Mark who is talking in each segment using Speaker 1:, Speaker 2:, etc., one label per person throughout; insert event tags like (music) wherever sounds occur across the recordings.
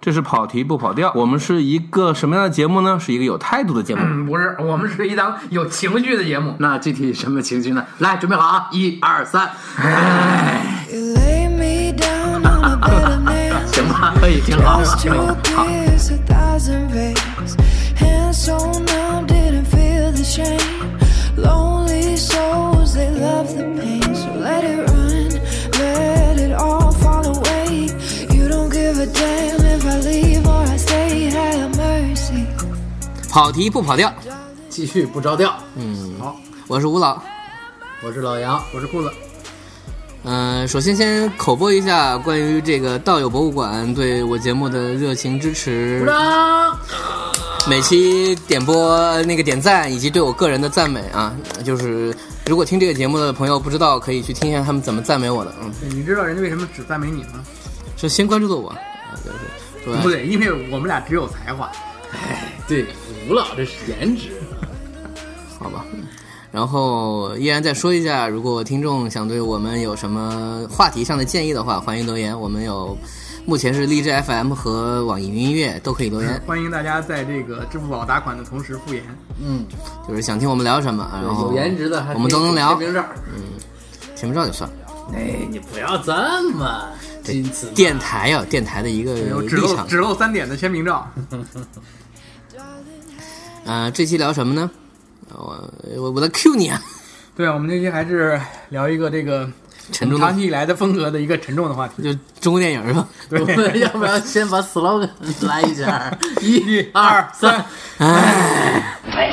Speaker 1: 这是跑题不跑调。我们是一个什么样的节目呢？是一个有态度的节目。
Speaker 2: 嗯，不是，我们是一档有情绪的节目。
Speaker 3: 那具体什么情绪呢？来，准备好啊！一二三，
Speaker 4: You lay me down on a bed of nails.
Speaker 3: 行吧，可以，挺好，
Speaker 4: Lost
Speaker 3: 挺
Speaker 4: your
Speaker 3: 好。
Speaker 4: tears, a thousand veins. Hands so numb, didn't feel the shame. Lonely souls, they love the pain. So let it run, let it all fall away. You don't give a damn if I leave or I stay. Have mercy.
Speaker 5: 跑题不跑调，
Speaker 3: 继续不着调。嗯，好，
Speaker 5: 我是吴老。
Speaker 3: 我是老杨，我是裤子。
Speaker 5: 嗯、首先先口播一下关于这个道友博物馆对我节目的热情支持，
Speaker 3: 啊，
Speaker 5: 每期点播那个点赞以及对我个人的赞美啊，就是如果听这个节目的朋友不知道，可以去听一下他们怎么赞美我的。嗯，
Speaker 2: 你知道人家为什么只赞美你吗？
Speaker 5: 就先关注的我，啊就是对吧
Speaker 2: 不对，因为我们俩只有才华。
Speaker 3: 对，吴老这是颜值。
Speaker 5: 好吧。然后依然再说一下，如果听众想对我们有什么话题上的建议的话，欢迎留言。我们有，目前是荔枝 FM 和网易云音乐都可以留言，
Speaker 2: 欢迎大家在这个支付宝打款的同时复言。
Speaker 3: 嗯，
Speaker 5: 就是想听我们聊什么，然后
Speaker 3: 有颜值的还可以
Speaker 5: 哦我们都能聊
Speaker 3: 签，名照。
Speaker 5: 前面照就算了。
Speaker 3: 哎，你不要这么
Speaker 5: 对
Speaker 3: 矜持，。 (laughs)
Speaker 5: 电台呀、电台的一个
Speaker 2: 有只
Speaker 5: 立
Speaker 2: 露
Speaker 5: 场。
Speaker 2: 只露三点的签名照，
Speaker 5: 呃，这期聊什么呢？我我我在 Q 你啊！ (laughs)
Speaker 2: 对我们这期还是聊一个这个
Speaker 5: 沉重的
Speaker 2: 长期以来的风格的一个沉重的
Speaker 5: (laughs)
Speaker 2: 话题。
Speaker 5: 就中国电影是吧？
Speaker 3: 我们要不要先把 slogan 来一下？一、二、三，
Speaker 5: 哎
Speaker 2: 哎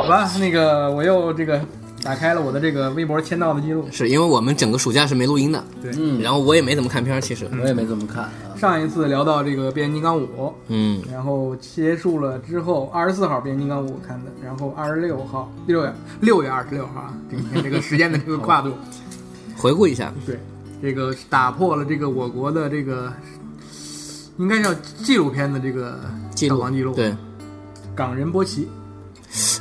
Speaker 2: 好吧，那个我又这个打开了我的这个微博签到的记录。
Speaker 5: (laughs) 是因为我们整个暑假是没录音的，
Speaker 2: 对
Speaker 5: 嗯，然后我也没怎么看片儿，其实，
Speaker 3: 我也没怎么看啊。
Speaker 2: 上一次聊到这个变形金刚五，
Speaker 5: 嗯，
Speaker 2: 然后结束了之后，二十四号变形金刚五看的，然后二十六号六月六月二十六号啊，这个这个时间的这个跨度，
Speaker 5: 回顾一下，
Speaker 2: 对，这个打破了这个我国的这个应该叫纪录片的这个
Speaker 5: 记
Speaker 2: 票
Speaker 5: 录
Speaker 2: 房记录，
Speaker 5: 对，
Speaker 2: 港人波奇，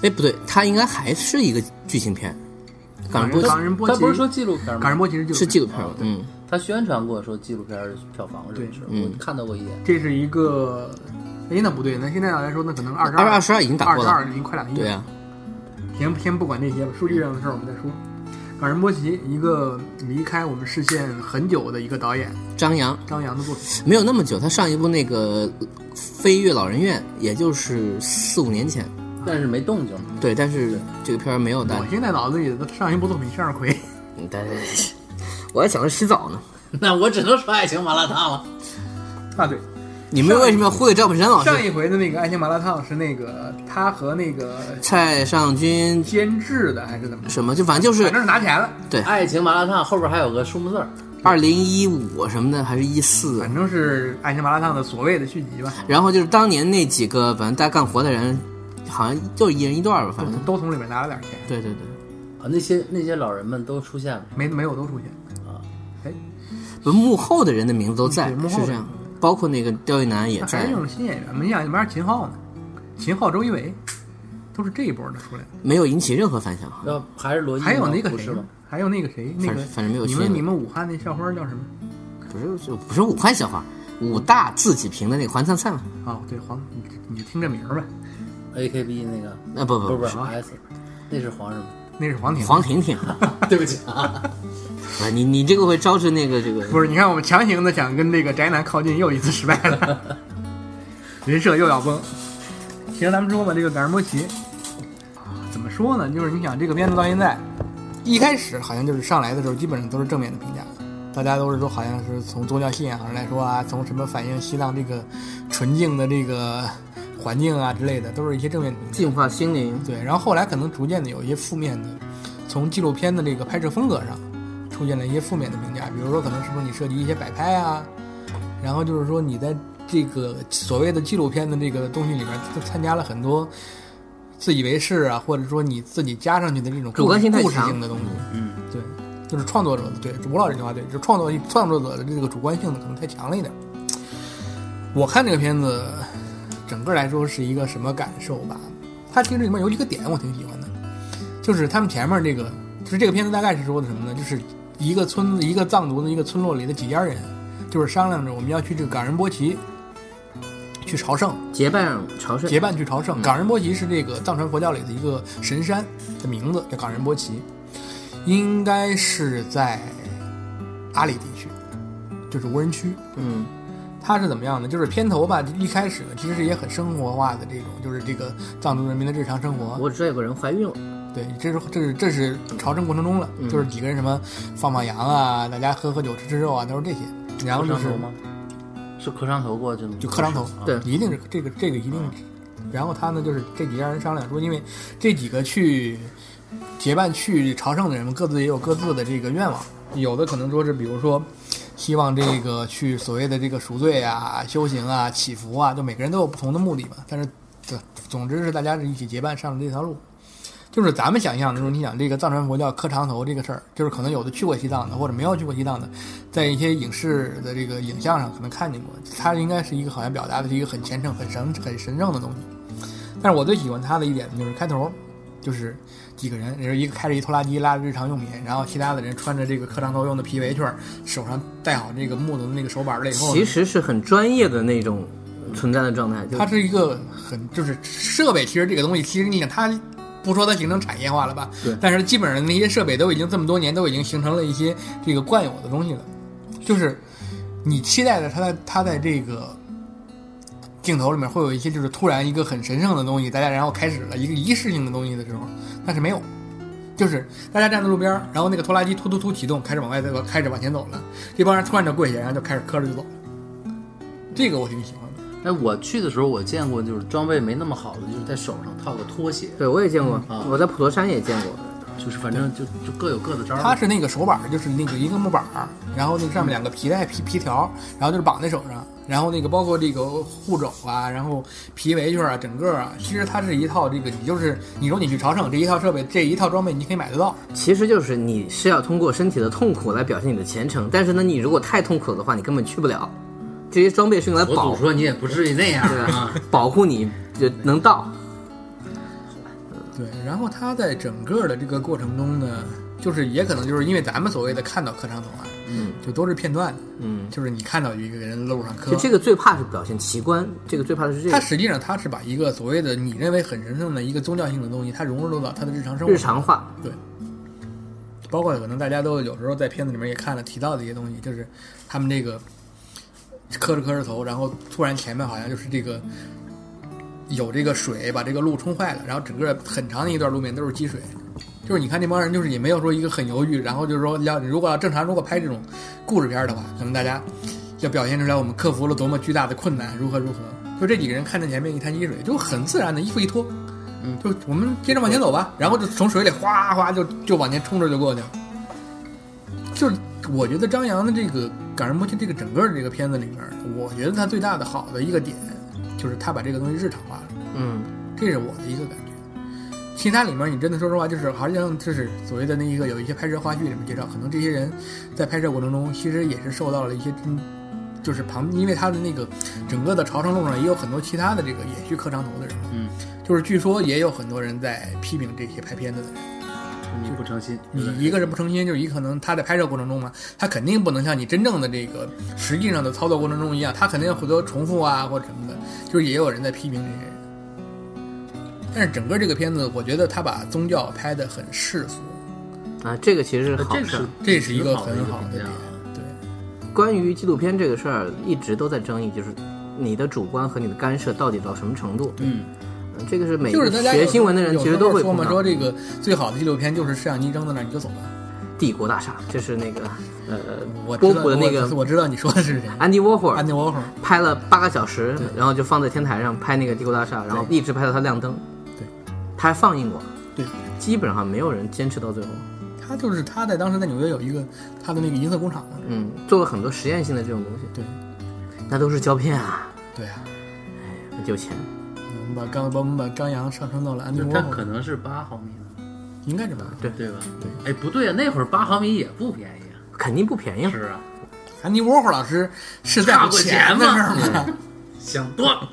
Speaker 5: 哎不对，它应该还是一个剧情片，港人播
Speaker 2: 港人波
Speaker 3: 他
Speaker 2: 奇
Speaker 3: 不是说纪录片吗？
Speaker 2: 港人波奇是纪录片
Speaker 5: 是纪录片儿，嗯，
Speaker 3: 他宣传过说纪录片儿票房是不是？
Speaker 5: 嗯
Speaker 3: 我看到过一眼。
Speaker 2: 这是一个，哎，那不对，那现在来说，那可能二十
Speaker 5: 二十二已经打
Speaker 2: 嗯二
Speaker 5: 过
Speaker 2: 十
Speaker 5: 了，
Speaker 2: 二已经快两亿了，
Speaker 5: 对呀、啊
Speaker 2: 先先不管这些吧，数据上的事儿我们再说。冈仁波齐，一个离开我们视线很久的一个导演
Speaker 5: 张扬
Speaker 2: 张扬的作品，
Speaker 5: 没有那么久，他上一部那个《飞跃老人院》也就是四五年前，
Speaker 3: 但是没动静。 (laughs)
Speaker 5: 对，但是这个片儿没有大
Speaker 2: 我，哦现在脑子里的上一部作品向日葵，
Speaker 5: 但是我还想着洗澡呢。
Speaker 3: 那我只能说爱情麻辣烫
Speaker 5: (laughs)
Speaker 3: 了。
Speaker 2: (laughs) 啊对，
Speaker 5: 你们为什么要忽略赵本山老
Speaker 2: 上
Speaker 5: 师？
Speaker 2: 一回的那个《爱情麻辣烫》是那个他和那个
Speaker 5: 蔡尚君
Speaker 2: 监制的还是怎么着？
Speaker 5: 什么？就反正就
Speaker 2: 反
Speaker 5: 是
Speaker 2: 正是拿钱了，
Speaker 3: 爱情麻辣烫后边还有个数目字儿，
Speaker 5: 二零一五什么的，还是一四
Speaker 2: 反？正是《爱情麻辣烫》的所谓的续集吧，
Speaker 5: 然后就是当年那几个反正大家干活的人，好像就一人一段儿吧，反
Speaker 2: 都
Speaker 5: 正
Speaker 2: 都从里面拿了点钱，
Speaker 5: 对对对。
Speaker 3: 啊，那些那些老人们都出现了。
Speaker 2: 没没有都出现。
Speaker 5: 不幕后的人的名字都在
Speaker 2: 对幕，后
Speaker 5: 是
Speaker 2: 的
Speaker 5: 这样，包括那个刁亦男也
Speaker 2: 那还
Speaker 5: 在
Speaker 2: 是，用新演员，你想里面秦昊呢，秦昊、周一围都是这一波的出来的。
Speaker 5: 没有引起任何反响。
Speaker 3: 要还是罗辑吗？
Speaker 2: 还有那个
Speaker 3: 不
Speaker 2: 谁
Speaker 3: 是吗？，
Speaker 2: 还有那个谁，那
Speaker 5: 反
Speaker 2: 个
Speaker 5: 反正没有
Speaker 2: 你
Speaker 5: 新
Speaker 2: 们
Speaker 5: 的
Speaker 2: 你们武汉那校花叫什么？
Speaker 5: 不是就不是武汉笑话，武大自己评的那个黄灿灿嘛？
Speaker 2: 哦，对，黄，你你就听这名儿吧，
Speaker 3: A K B 那
Speaker 2: 嗯
Speaker 3: 个
Speaker 5: 啊不不
Speaker 3: 不
Speaker 5: 不
Speaker 3: 是
Speaker 5: 是，
Speaker 3: S，那是黄什么？
Speaker 2: 那是黄婷。
Speaker 5: 黄婷婷。
Speaker 3: 对不起啊，
Speaker 6: (laughs)
Speaker 5: 不是你你这个会招致那个这个
Speaker 2: 不是，你看我们强行的想跟这个宅男靠近，又一次失败了， (laughs) 人设又要崩。行，咱们说吧，这个《赶上波奇》怎么说呢？就是你想这个片子到现在，一开始好像就是上来的时候，基本上都是正面的评价，大家都是说好像是从宗教信仰上来说啊，从什么反映西藏这个纯净的这个环境啊之类的，都是一些正面的评价。
Speaker 5: 净化心灵。
Speaker 2: 对，然后后来可能逐渐的有一些负面的，从纪录片的这个拍摄风格上出现了一些负面的评价，比如说可能是不是你涉及一些摆拍啊，然后就是说你在这个所谓的纪录片的这个东西里面都参加了很多自以为是啊，或者说你自己加上去的这种
Speaker 5: 主观性太
Speaker 2: 故事
Speaker 5: 强
Speaker 2: 性的东西，
Speaker 3: 嗯，
Speaker 2: 对，就是创作者的对吴老这句话对，就创作创作者的这个主观性可能太强了一点。我看这个片子，整个来说是一个什么感受吧？它其实里面有几个点我挺喜欢的，就是他们前面这个，就是这个片子大概是说的什么呢？就是一个村子，一个藏族的一个村落里的几家人，就是商量着我们要去这个冈仁波齐去朝圣，
Speaker 5: 结伴朝圣，
Speaker 2: 结伴去朝圣。冈仁波齐是这个藏传佛教里的一个神山的名字，叫冈仁波齐，应该是在阿里地区，就是无人区。
Speaker 5: 嗯
Speaker 2: 它是怎么样呢？就是片头吧，一开始呢其实是也很生活化的这种，就是这个藏族人民的日常生活。
Speaker 5: 我只知道有个人怀孕了，
Speaker 2: 对，这是这是这是朝圣过程中了，就是几个人什么放放羊啊，大家喝喝酒吃吃肉啊，都是这些。然后就是 (laughs)
Speaker 6: 是磕伤头过去的吗？
Speaker 2: 就磕伤头，嗯
Speaker 5: 对
Speaker 2: 啊一定是这个这个一定是。然后他呢，就是这几家人商量说，因为这几个去结伴去朝圣的人们，各自也有各自的这个愿望，有的可能说是，比如说希望这个去所谓的这个赎罪啊、修行啊、祈福啊，就每个人都有不同的目的嘛。但是，对，总之是大家是一起结伴上了这条路。就是咱们想象的时候，你想这个藏传佛教磕长头这个事儿，就是可能有的去过西藏的，或者没有去过西藏的，在一些影视的这个影像上可能看见过，它应该是一个好像表达的是一个很虔诚、很神、很神圣的东西。但是我最喜欢它的一点就是开头，就是几个人，也是一个开着一拖拉机拉着日常用品，然后其他的人穿着这个课堂头用的皮围裙，手上戴好这个木头的那个手板了以后呢，
Speaker 5: 其实是很专业的那种存在的状态，就
Speaker 2: 它是一个很就是设备，其实这个东西，其实你想它不说它形成产业化了吧，
Speaker 5: 对
Speaker 2: 但是基本上那些设备都已经这么多年都已经形成了一些这个惯有的东西了，就是你期待着它在它在这个。镜头里面会有一些，就是突然一个很神圣的东西，大家然后开始了一个仪式性的东西的时候，但是没有，就是大家站在路边儿，然后那个拖拉机突突突启动，开始往外走，开始往前走了，这帮人突然就跪下，然后就开始磕着就走了，这个我挺喜欢的。
Speaker 6: 哎，我去的时候我见过，就是装备没那么好的，就是在手上套个拖鞋，
Speaker 5: 对我也见过，
Speaker 6: 啊
Speaker 5: 我在普陀山也见过，
Speaker 6: 就是反正就就各有各的招儿。
Speaker 2: 它是那个手板儿，就是那个一个木板儿，然后那个上面两个皮带、皮皮条儿，然后就是绑在手上，然后那个包括这个护肘啊，然后皮围裙啊，整个啊，其实它是一套这个，你就是你说你去朝圣这一套设备，这一套装备你可以买得到，
Speaker 5: 其实就是你是要通过身体的痛苦来表现你的虔诚，但是呢，你如果太痛苦的话，你根本去不了。这些装备是用来
Speaker 6: 我
Speaker 5: 保
Speaker 6: 总说你也不至于那样
Speaker 5: 对
Speaker 6: 啊
Speaker 5: 啊。， (laughs) 保护你就能到。
Speaker 2: 对，然后它在整个的这个过程中呢，就是也可能就是因为咱们所谓的看到磕长头啊，
Speaker 5: 嗯，
Speaker 2: 就都是片段的，
Speaker 5: 嗯，
Speaker 2: 就是你看到有一个人路上磕
Speaker 5: 就，这个最怕是表现奇观，这个最怕的是这
Speaker 2: 它
Speaker 5: 个
Speaker 2: 实际上它是把一个所谓的你认为很神圣的一个宗教性的东西，它融入到他的日常生活
Speaker 5: 日
Speaker 2: 中。
Speaker 5: 常化。
Speaker 2: 对，包括可能大家都有时候在片子里面也看了提到的一些东西，就是他们这个磕着磕着头，然后突然前面好像就是这个有这个水把这个路冲坏了，然后整个很长的一段路面都是积水。就是你看这帮人，就是也没有说一个很犹豫，然后就是说要如果要正常如果拍这种故事片儿的话，可能大家要表现出来我们克服了多么巨大的困难，如何如何。就这几个人看着前面一滩积水，就很自然的衣服一脱，嗯，就我们接着往前走吧，然后就从水里哗哗就就往前冲着就过去了。就是我觉得张扬的这个《感人波切》这个整个这个片子里面，我觉得他最大的好的一个点，就是他把这个东西日常化了，
Speaker 5: 嗯，
Speaker 2: 这是我的一个感觉。其他里面你真的说实话，就是好像就是所谓的那一个有一些拍摄花絮里面介绍，可能这些人在拍摄过程中其实也是受到了一些真。就是旁，因为他的那个整个的朝圣路上也有很多其他的这个也去磕长头的人，
Speaker 6: 嗯，
Speaker 2: 就是据说也有很多人在批评这些拍片子的人。
Speaker 6: 你不诚心，
Speaker 2: 你一个人不诚心，就是一可能他在拍摄过程中嘛，他肯定不能像你真正的这个实际上的操作过程中一样，他肯定有很多重复啊或者什么的，就是也有人在批评这些人。但是整个这个片子，我觉得他把宗教拍得很世俗，
Speaker 5: 啊，这个其实是好
Speaker 6: 呃这
Speaker 5: 事
Speaker 6: 是
Speaker 5: 儿。
Speaker 2: 这是一个
Speaker 6: 挺好的
Speaker 2: 很
Speaker 6: 一个
Speaker 2: 好的
Speaker 6: 评
Speaker 2: 点
Speaker 6: 价啊。
Speaker 2: 对，
Speaker 5: 关于纪录片这个事儿，一直都在争议，就是你的主观和你的干涉到底到什么程度？
Speaker 6: 嗯，
Speaker 5: 嗯这个是每
Speaker 2: 就是
Speaker 5: 个
Speaker 2: 大家有
Speaker 5: 学新闻的人
Speaker 2: 有
Speaker 5: 其实
Speaker 2: 时
Speaker 5: 都
Speaker 2: 候
Speaker 5: 会
Speaker 2: 说
Speaker 5: 碰
Speaker 2: 嘛，说
Speaker 5: 到。
Speaker 2: 这个最好的纪录片就是摄像机扔在那儿你就走吧。
Speaker 5: 帝国大厦，这是那个呃
Speaker 2: 我
Speaker 5: 波
Speaker 2: 知道
Speaker 5: 普的那
Speaker 2: 我
Speaker 5: 个
Speaker 2: 我知道你说的是谁，
Speaker 5: 安迪沃霍尔
Speaker 2: 安迪沃霍尔。
Speaker 5: 拍了八个小时，然后就放在天台上拍那个帝国大厦，然后一直拍到它亮灯。
Speaker 2: 对，
Speaker 5: 它还放映过。
Speaker 2: 对，
Speaker 5: 基本上没有人坚持到最后。
Speaker 2: 他就是他在当时在纽约有一个他的那个银色工厂嘛。
Speaker 5: 嗯，做了很多实验性的这种东西，
Speaker 2: 对，
Speaker 5: 那都是胶片啊，
Speaker 2: 对啊。
Speaker 5: 有钱。
Speaker 2: 我们把刚把我们把张扬上升到了安迪
Speaker 6: 就
Speaker 2: 沃
Speaker 6: 它
Speaker 2: 霍
Speaker 6: 可
Speaker 2: 尔，
Speaker 6: 能是八毫米的，
Speaker 2: 应该是吧？
Speaker 6: 对吧？对。哎，不对啊，那会儿八毫米也不便宜啊。
Speaker 5: 肯定不便宜啊。
Speaker 6: 是啊，
Speaker 2: 安迪沃霍尔老师是在乎钱的事儿吗？
Speaker 6: 想多了。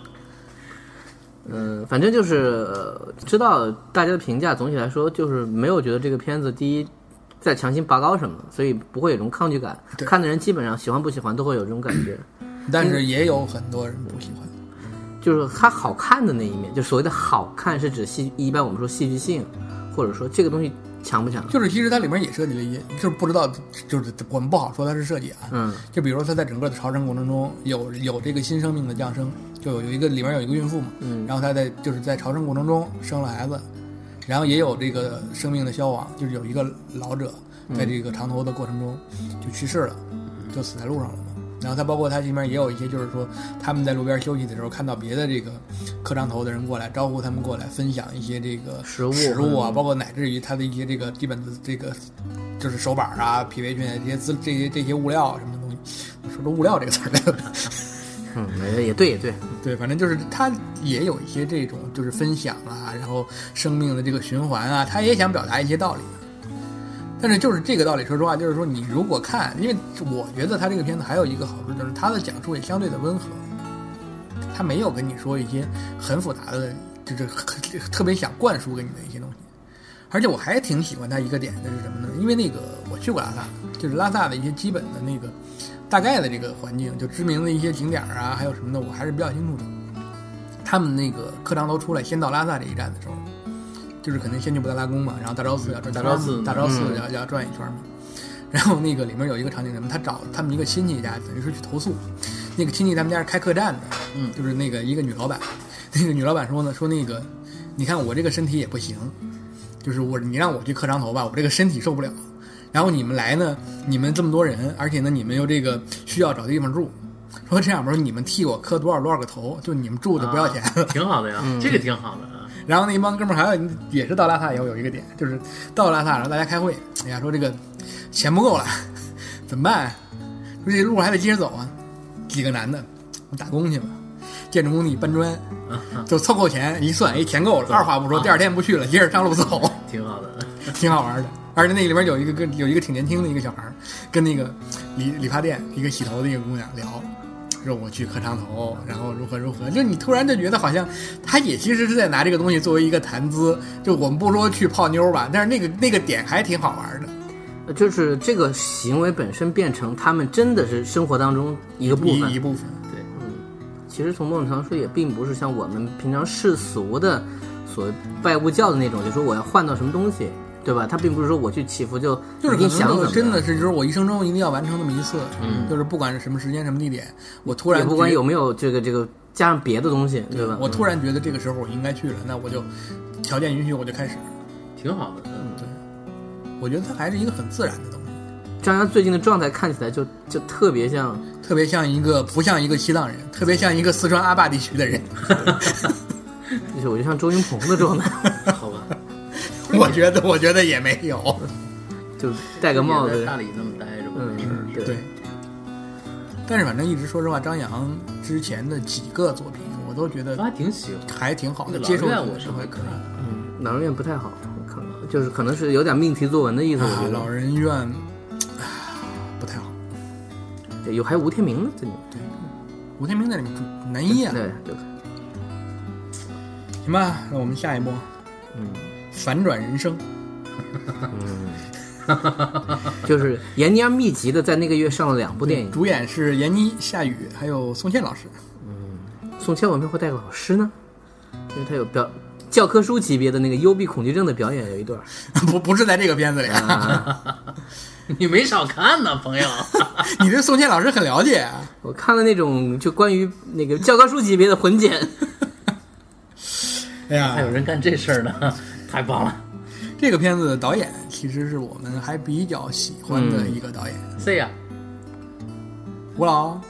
Speaker 5: 嗯，反正就是、呃知道大家的评价，总体来说就是没有觉得这个片子第一在强行拔高什么，所以不会有这种抗拒感。
Speaker 2: 对
Speaker 5: 看的人基本上喜欢不喜欢都会有这种感觉。
Speaker 2: 但是也有很多人不喜欢。
Speaker 5: 就是它好看的那一面，就所谓的好看是指戏，一般我们说戏剧性，或者说这个东西强不强？
Speaker 2: 就是其实它里面也设计了一，就是不知道，就是我们不好说它是设计啊。
Speaker 5: 嗯，
Speaker 2: 就比如说它在整个的朝圣过程中有有这个新生命的降生，就有有一个里面有一个孕妇嘛，
Speaker 5: 嗯
Speaker 2: 然后她在就是在朝圣过程中生了孩子，然后也有这个生命的消亡，就是有一个老者在这个长头的过程中就去世了，就死在路上了嘛。然后它包括它里面也有一些，就是说他们在路边休息的时候，看到别的这个磕长头的人过来，招呼他们过来，分享一些这个
Speaker 5: 食物
Speaker 2: 食物啊，
Speaker 5: 嗯
Speaker 2: 包括乃至于它的一些这个基本的这个就是手板啊、皮围裙啊这些资这些这些物料啊什么的东西。我说出物料这个词儿 (laughs) 来了，
Speaker 5: 嗯，也也对也对，
Speaker 2: 对，反正就是它也有一些这种就是分享啊，然后生命的这个循环啊，他也想表达一些道理。啊但是就是这个道理，说实话，就是说你如果看，因为我觉得他这个片子还有一个好处，就是他的讲述也相对的温和，他没有跟你说一些很复杂的，就是很特别想灌输给你的一些东西。而且我还挺喜欢他一个点的是什么呢？因为那个我去过拉萨，就是拉萨的一些基本的那个大概的这个环境，就知名的一些景点儿啊，还有什么的，我还是比较清楚的。他们那个课堂楼出来，先到拉萨这一站的时候，就是肯定先去布达拉宫嘛，然后大昭寺要转一
Speaker 1: 嗯大
Speaker 2: 圈儿
Speaker 1: 昭寺嗯
Speaker 2: 大昭寺要、要转一圈儿嘛。然后那个里面有一个场景什么，他找他们一个亲戚家，等于是去投诉，那个亲戚他们家是开客栈的，嗯，就是那个一个女老板，那个女老板说呢，说那个，你看我这个身体也不行，就是我你让我去磕长头吧，我这个身体受不了。然后你们来呢，你们这么多人，而且呢，你们又这个需要找地方住，说这样吧，说你们替我磕多少多少个头，就你们住的不
Speaker 1: 啊
Speaker 2: 要钱。
Speaker 3: 挺好的呀，这个挺好的啊。
Speaker 2: 然后那帮哥们儿还有也是到拉萨以后有一个点，就是到拉萨然后大家开会，哎呀说这个钱不够了，怎么办、说这路还得接着走啊。几个男的，我打工去吧，建筑工地搬砖，就凑够钱一算，哎钱够了，二话不说，第二天不去了，接着上路走。
Speaker 3: 挺好的，
Speaker 2: 挺好玩的。而且那里边有一个跟有一个挺年轻的一个小孩儿，跟那个理理发店一个洗头的一个姑娘聊，说我去磕长头，然后如何如何，就你突然就觉得好像他也其实是在拿这个东西作为一个谈资，就我们不说去泡妞吧，但是那个那个点还挺好玩的。
Speaker 5: 呃就是这个行为本身变成他们真的是生活当中一个部
Speaker 2: 一一
Speaker 5: 分。
Speaker 2: 部分，
Speaker 5: 其实从某种程度上说，也并不是像我们平常世俗的所谓拜物教的那种，就说我要换到什么东西，对吧？他并不是说我去祈福就
Speaker 2: 就是
Speaker 5: 一
Speaker 2: 可
Speaker 5: 定想怎
Speaker 2: 能
Speaker 5: 么
Speaker 2: 我
Speaker 5: 样
Speaker 2: 真的是就是我一生中一定要完成那么一次，嗯，就是不管是什么时间什么地点，我突然
Speaker 5: 也不管
Speaker 2: 觉
Speaker 5: 有没有这个这个加上别的东西，对吧？
Speaker 2: 我突然觉得这个时候我应该去了，那我就条件允许我就开始。
Speaker 3: 挺好的。嗯，
Speaker 2: 我觉得它还是一个很自然的东西。
Speaker 5: 张扬最近的状态看起来就就特别像，
Speaker 2: 特别像一个不像一个西藏人，特别像一个四川阿坝地区的人， (laughs)
Speaker 5: 就是我就像周云鹏的状态，
Speaker 3: 好吧，
Speaker 2: 我觉得我觉得也没有。
Speaker 5: 就
Speaker 2: 嗯
Speaker 5: 戴个帽
Speaker 3: 也在
Speaker 5: 子
Speaker 3: 大，理那么待着吧，
Speaker 5: 嗯
Speaker 3: 没事儿
Speaker 5: 对
Speaker 2: 对，但是反正一直说实话，张扬之前的几个作品，我都觉
Speaker 3: 我
Speaker 2: 得
Speaker 3: 还挺喜欢。
Speaker 2: 还挺好
Speaker 3: 那
Speaker 2: 的，
Speaker 3: 老
Speaker 2: 接受
Speaker 3: 院我是
Speaker 2: 是还
Speaker 3: 没
Speaker 2: 可
Speaker 3: 看
Speaker 2: 以。
Speaker 3: 的，
Speaker 5: 嗯，老人院不太好，我看了，就是可能是有点命题作文的意思，我
Speaker 2: 啊
Speaker 5: 觉，
Speaker 2: 老
Speaker 5: 得
Speaker 2: 人院 (sighs) 唉不太好。
Speaker 5: 对有还有吴天明呢，这里面
Speaker 2: 吴天明在里面住男一啊，
Speaker 5: 对对，
Speaker 2: 行吧，那我们下一步
Speaker 5: 嗯
Speaker 2: 反转人生，
Speaker 5: 就是闫妮儿密集的在那个月上了两部电影，
Speaker 2: 主演是闫妮、夏雨还有宋茜老师。 (laughs)
Speaker 5: 宋茜为什么会带个老师呢？因为她有表教科书级别的那个幽闭恐惧症的表演有一段儿，
Speaker 2: 不不是在这个片子里，啊、
Speaker 3: 你没少看呢，朋友。
Speaker 2: (laughs) 你对宋茜老师很了解啊。
Speaker 5: 我看了那种就关于那个教科书级别的混剪， (laughs)
Speaker 2: 哎呀，
Speaker 3: 还有人干这事儿呢， (laughs) 太棒了。
Speaker 2: 这个片子的导演其实是我们还比较喜欢的一个导演，
Speaker 3: C 呀，
Speaker 2: 吴老。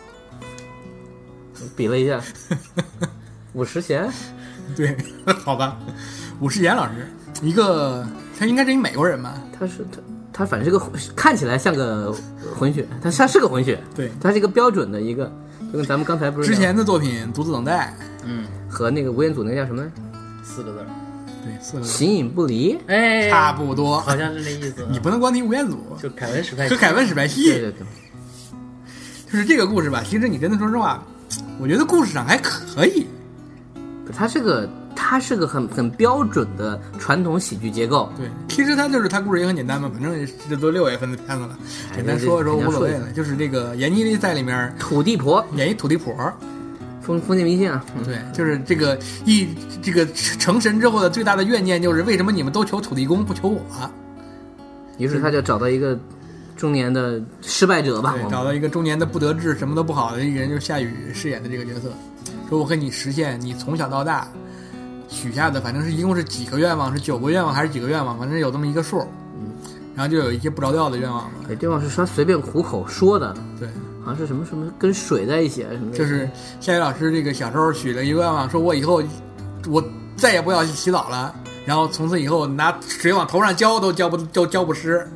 Speaker 5: 比了一下，五十弦，
Speaker 2: 对， (laughs) 好吧，武世贤老师，一个他应该是一美国人吧？
Speaker 5: 他是他他反正是个混看起来像个混血，他他是个混血，
Speaker 2: 对
Speaker 5: 他是一个标准的一个，就跟咱们刚才不是
Speaker 2: 之
Speaker 5: 聊
Speaker 2: 前的作品《独自等待
Speaker 3: 嗯，
Speaker 5: 和那个吴彦祖那个叫什么来着，
Speaker 3: 四个字儿，》，
Speaker 2: 对，四个字
Speaker 5: 形影不离，
Speaker 3: 哎，
Speaker 2: 差不多。
Speaker 3: 好像是那意思啊。
Speaker 2: 你不能光提吴彦祖
Speaker 3: 就凯文史派
Speaker 2: 和
Speaker 3: 西，
Speaker 2: 凯文史
Speaker 5: 对
Speaker 2: 派西，
Speaker 5: 对对，
Speaker 2: 就是这个故事吧。其实你跟他说实话，我觉得故事上还可以。
Speaker 5: 他是个他是个很很标准的传统喜剧结构，
Speaker 2: 对，其实他就是他故事也很简单嘛，反正也是这都六月份的片子了，
Speaker 5: 哎
Speaker 2: 简单说一说无所谓了。就是这个闫妮在里面
Speaker 5: 土地婆
Speaker 2: 演一土地婆，
Speaker 5: 封封建迷信啊，嗯
Speaker 2: 对，就是这个一这个成神之后的最大的怨念就是为什么你们都求土地公不求我？啊
Speaker 5: 于是他就找到一个中年的失败者吧，
Speaker 2: 对
Speaker 5: 我，们
Speaker 2: 找到一个中年的不得志、什么都不好的一个人，就是夏雨饰演的这个角色，说我跟你实现你从小到大许下的，反正是一共是几个愿望，是九个愿望还是几个愿望，反正有这么一个数。嗯然后就有一些不着调的愿望嘛，
Speaker 5: 哎对，对方是他随便苦口说的，
Speaker 2: 对，
Speaker 5: 好像是什么什么跟水在一起啊什么的，
Speaker 2: 就是夏雨老师这个小时候许了一个愿望，说我以后我再也不要去洗澡了，然后从此以后拿水往头上浇都浇不都浇不湿，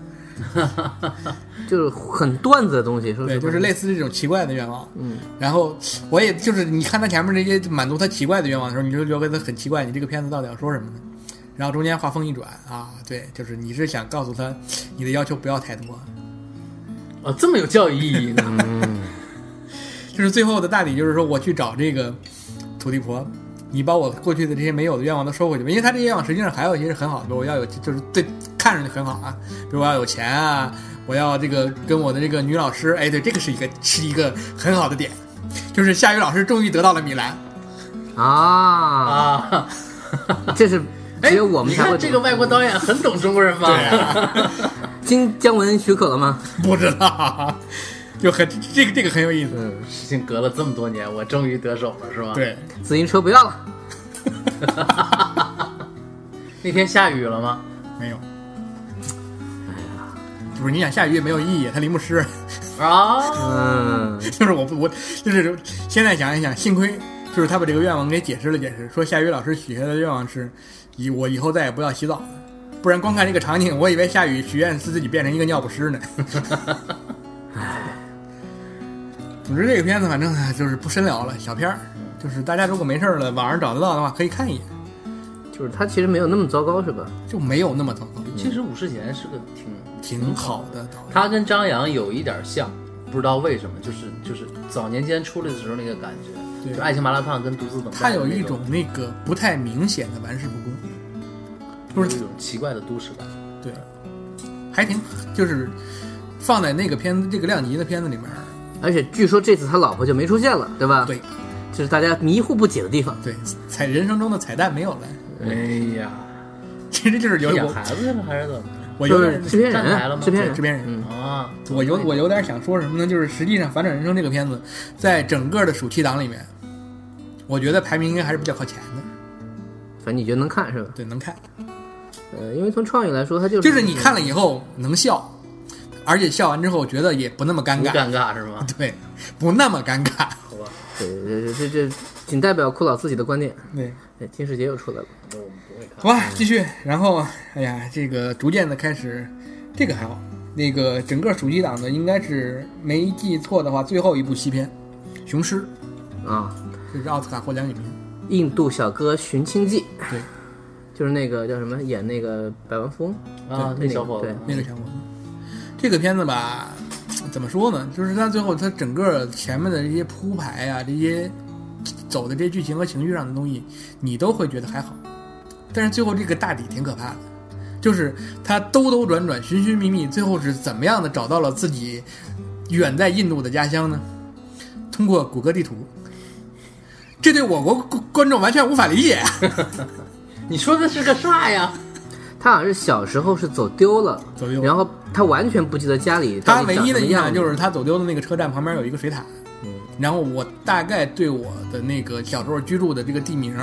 Speaker 5: 就是很段子的东西，说
Speaker 2: 对，
Speaker 5: 什么
Speaker 2: 就是类似这种奇怪的愿望。
Speaker 5: 嗯，
Speaker 2: 然后我也就是你看他前面这些满足他奇怪的愿望的时候，你就觉得他很奇怪，你这个片子到底要说什么呢？然后中间话锋一转啊，对，就是你是想告诉他你的要求不要太多，
Speaker 3: 哦，这么有教育意义呢。
Speaker 2: 就是最后的大理就是说我去找这个土地婆，你把我过去的这些没有的愿望都收回去吧，因为他这些愿望实际上还有一些是很好的，我要有就是对看上去很好啊，比如我要有钱啊，我要这个跟我的这个女老师，哎，对，这个是一个是一个很好的点，就是夏雨老师终于得到了米兰。
Speaker 5: 啊，
Speaker 3: (laughs) 啊，
Speaker 5: 这是
Speaker 3: 哎，
Speaker 5: 只有我们
Speaker 3: 你
Speaker 5: 才会
Speaker 3: 看这个外国导演很懂中国人吧？
Speaker 5: 经姜文许可了吗？
Speaker 2: 啊 (laughs) 不知道，就很这个这个很有意思。
Speaker 5: 嗯，
Speaker 3: (laughs) 事情隔了这么多年，我终于得手了，是吧？，
Speaker 2: 对，
Speaker 5: 自行车不要了，
Speaker 3: 那天下雨了吗？
Speaker 2: 没有。不是你想下雨也没有意义，他离牧师，
Speaker 3: 啊，
Speaker 5: 嗯，
Speaker 2: (laughs) 就是我不我就是现在想一想，幸亏就是他把这个愿望给解释了解释，说夏雨老师许下的愿望是以我以后再也不要洗澡了，不然光看这个场景，我以为夏雨许愿是自己变成一个尿不湿呢。 (laughs) 总之这个片子反正哎就是不深聊了，小片儿，就是大家如果没事儿了，网上找得到的话可以看一眼，
Speaker 5: 就是他其实没有那么糟糕，是吧？
Speaker 2: 就没有那么糟糕。
Speaker 3: 其实武世贤是个挺，
Speaker 2: 挺好的导演。
Speaker 3: 他跟张扬有一点像，不知道为什么，就是就是早年间出来的时候那个感觉，
Speaker 2: 对
Speaker 3: 就《爱情麻辣烫》跟《独自等待》，
Speaker 2: 他有一种那个不太明显的玩世不
Speaker 3: 有
Speaker 2: 恭，就
Speaker 3: 一
Speaker 2: 是
Speaker 3: 种奇怪的都市感。
Speaker 2: 对，还挺就是放在那个片子这个量级的片子里面，
Speaker 5: 而且据说这次他老婆就没出现了，对吧？
Speaker 2: 对，
Speaker 5: 这是大家迷糊不解的地方。
Speaker 2: 对彩人生中的彩蛋没有了， (laughs)
Speaker 3: 哎呀，
Speaker 2: 其实就是有
Speaker 3: 养
Speaker 2: 我
Speaker 3: 孩子去了还是怎么
Speaker 2: 我有
Speaker 5: 就
Speaker 2: 点
Speaker 5: 是啊制片
Speaker 3: 站台了
Speaker 5: 人，
Speaker 3: 吗
Speaker 5: 制片
Speaker 2: 对
Speaker 5: 人，
Speaker 2: 制片人。
Speaker 5: 嗯
Speaker 3: 着啊？
Speaker 2: 我有我有点想说什么呢？就是实际上《反转人生》这个片子，在整个的暑期档里面，我觉得排名应该还是比较靠前的。
Speaker 5: 反正你觉得能看是吧？
Speaker 2: 对，能看，
Speaker 5: 呃，因为从创意来说，他就是
Speaker 2: 就是你看了以后能笑，而且笑完之后觉得也不那么尴
Speaker 3: 不
Speaker 2: 尬，
Speaker 3: 尴尬是吗？
Speaker 2: 对，不那么尴尬。 (laughs)
Speaker 5: 对，呃这这这这仅代表酷老自己的观点。
Speaker 2: 对，
Speaker 5: 对，金世杰又出来了，
Speaker 2: 好吧，继续。然后，哎呀，这个逐渐的开始，这个还好。那个整个暑期档的应该是没记错的话，最后一部西片《雄狮
Speaker 5: 啊，》，
Speaker 2: 这是奥斯卡获奖影片。
Speaker 5: 印度小哥寻亲记，
Speaker 2: 对，
Speaker 5: 就是那个叫什么演那个百万富翁，
Speaker 3: 啊，
Speaker 5: 对
Speaker 3: 那小伙
Speaker 5: 对
Speaker 3: 子，
Speaker 2: 那个小伙子，这个片子吧，怎么说呢？就是它最后它整个前面的这些铺排啊，这些走的这些剧情和情绪上的东西，你都会觉得还好。但是最后这个大底挺可怕的，就是他兜兜转转、寻寻觅觅，最后是怎么样的找到了自己远在印度的家乡呢？通过谷歌地图，这对我国观观众完全无法理解。
Speaker 3: 你说的是个啥呀？
Speaker 5: 他好像是小时候是走丢了，
Speaker 2: 走丢了
Speaker 5: 然后他完全不记得家里
Speaker 2: 他
Speaker 5: 到底
Speaker 2: 唯
Speaker 5: 长
Speaker 2: 一
Speaker 5: 什么
Speaker 2: 的印
Speaker 5: 样
Speaker 2: 象
Speaker 5: 子嗯
Speaker 2: 就是他走丢的那个车站旁边有一个水塔，然后我大概对我的那个小时候居住的这个地名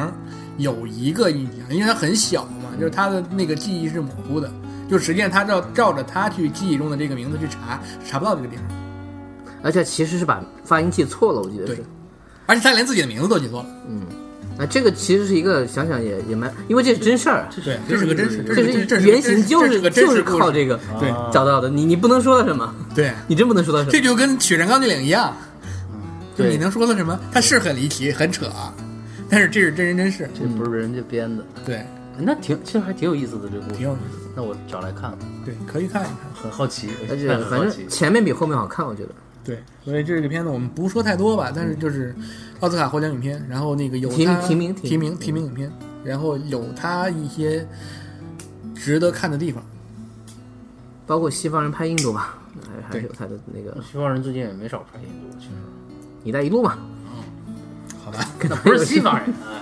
Speaker 2: 有一个印象，因为他很小嘛，就是他的那个记忆是模糊的，就实际上他照照着他去记忆中的这个名字去查，查不到这个地方，
Speaker 5: 而且其实是把发音记错了，我记得是
Speaker 2: 对。而且他连自己的名字都记错了，
Speaker 5: 啊，这个其实是一个想想也也蛮，因为这是真事儿，啊
Speaker 2: 对，这是个真实，这是个
Speaker 5: 这
Speaker 2: 这
Speaker 5: 是
Speaker 2: 是个
Speaker 5: 原
Speaker 2: 真
Speaker 5: 型
Speaker 2: 实
Speaker 5: 就
Speaker 2: 这是个真
Speaker 5: 就
Speaker 2: 实
Speaker 5: 是
Speaker 2: 故事啊
Speaker 5: 靠这个啊
Speaker 2: 对
Speaker 5: 找到的，你你不能说他什么，
Speaker 2: 对，
Speaker 5: 你真不能说他什
Speaker 2: 这
Speaker 5: 么。
Speaker 2: 就跟《血战钢锯岭》一样，就
Speaker 5: 啊对
Speaker 2: 你能说的什么？他是很离奇，很扯啊，但是这是真人真事，
Speaker 3: 这不是人家编的，
Speaker 2: 对，
Speaker 3: 嗯那挺其实还挺有意思的这故
Speaker 2: 挺
Speaker 3: 事
Speaker 2: 有，意思，
Speaker 3: 那我找来看看，
Speaker 2: 对，可以看一看。
Speaker 3: 很好奇，
Speaker 5: 而且
Speaker 3: 现在很
Speaker 5: 反
Speaker 3: 好奇
Speaker 5: 正。前面比后面好看，我觉得。
Speaker 2: 对，所以这个片子我们不说太多吧，但是就是奥斯卡获奖影片，然后那个有
Speaker 5: 嗯提名
Speaker 2: 它
Speaker 5: 提名
Speaker 2: 提名提名影片，然后有它一些值得看的地方。
Speaker 5: 包括西方人拍印度吧，还还
Speaker 2: 对
Speaker 5: 是有他的那个
Speaker 3: 西方人最近也没少拍印度，其实
Speaker 5: “一带一路”嘛。
Speaker 2: 好
Speaker 5: (laughs)
Speaker 2: 吧？
Speaker 3: 那不是西方人啊，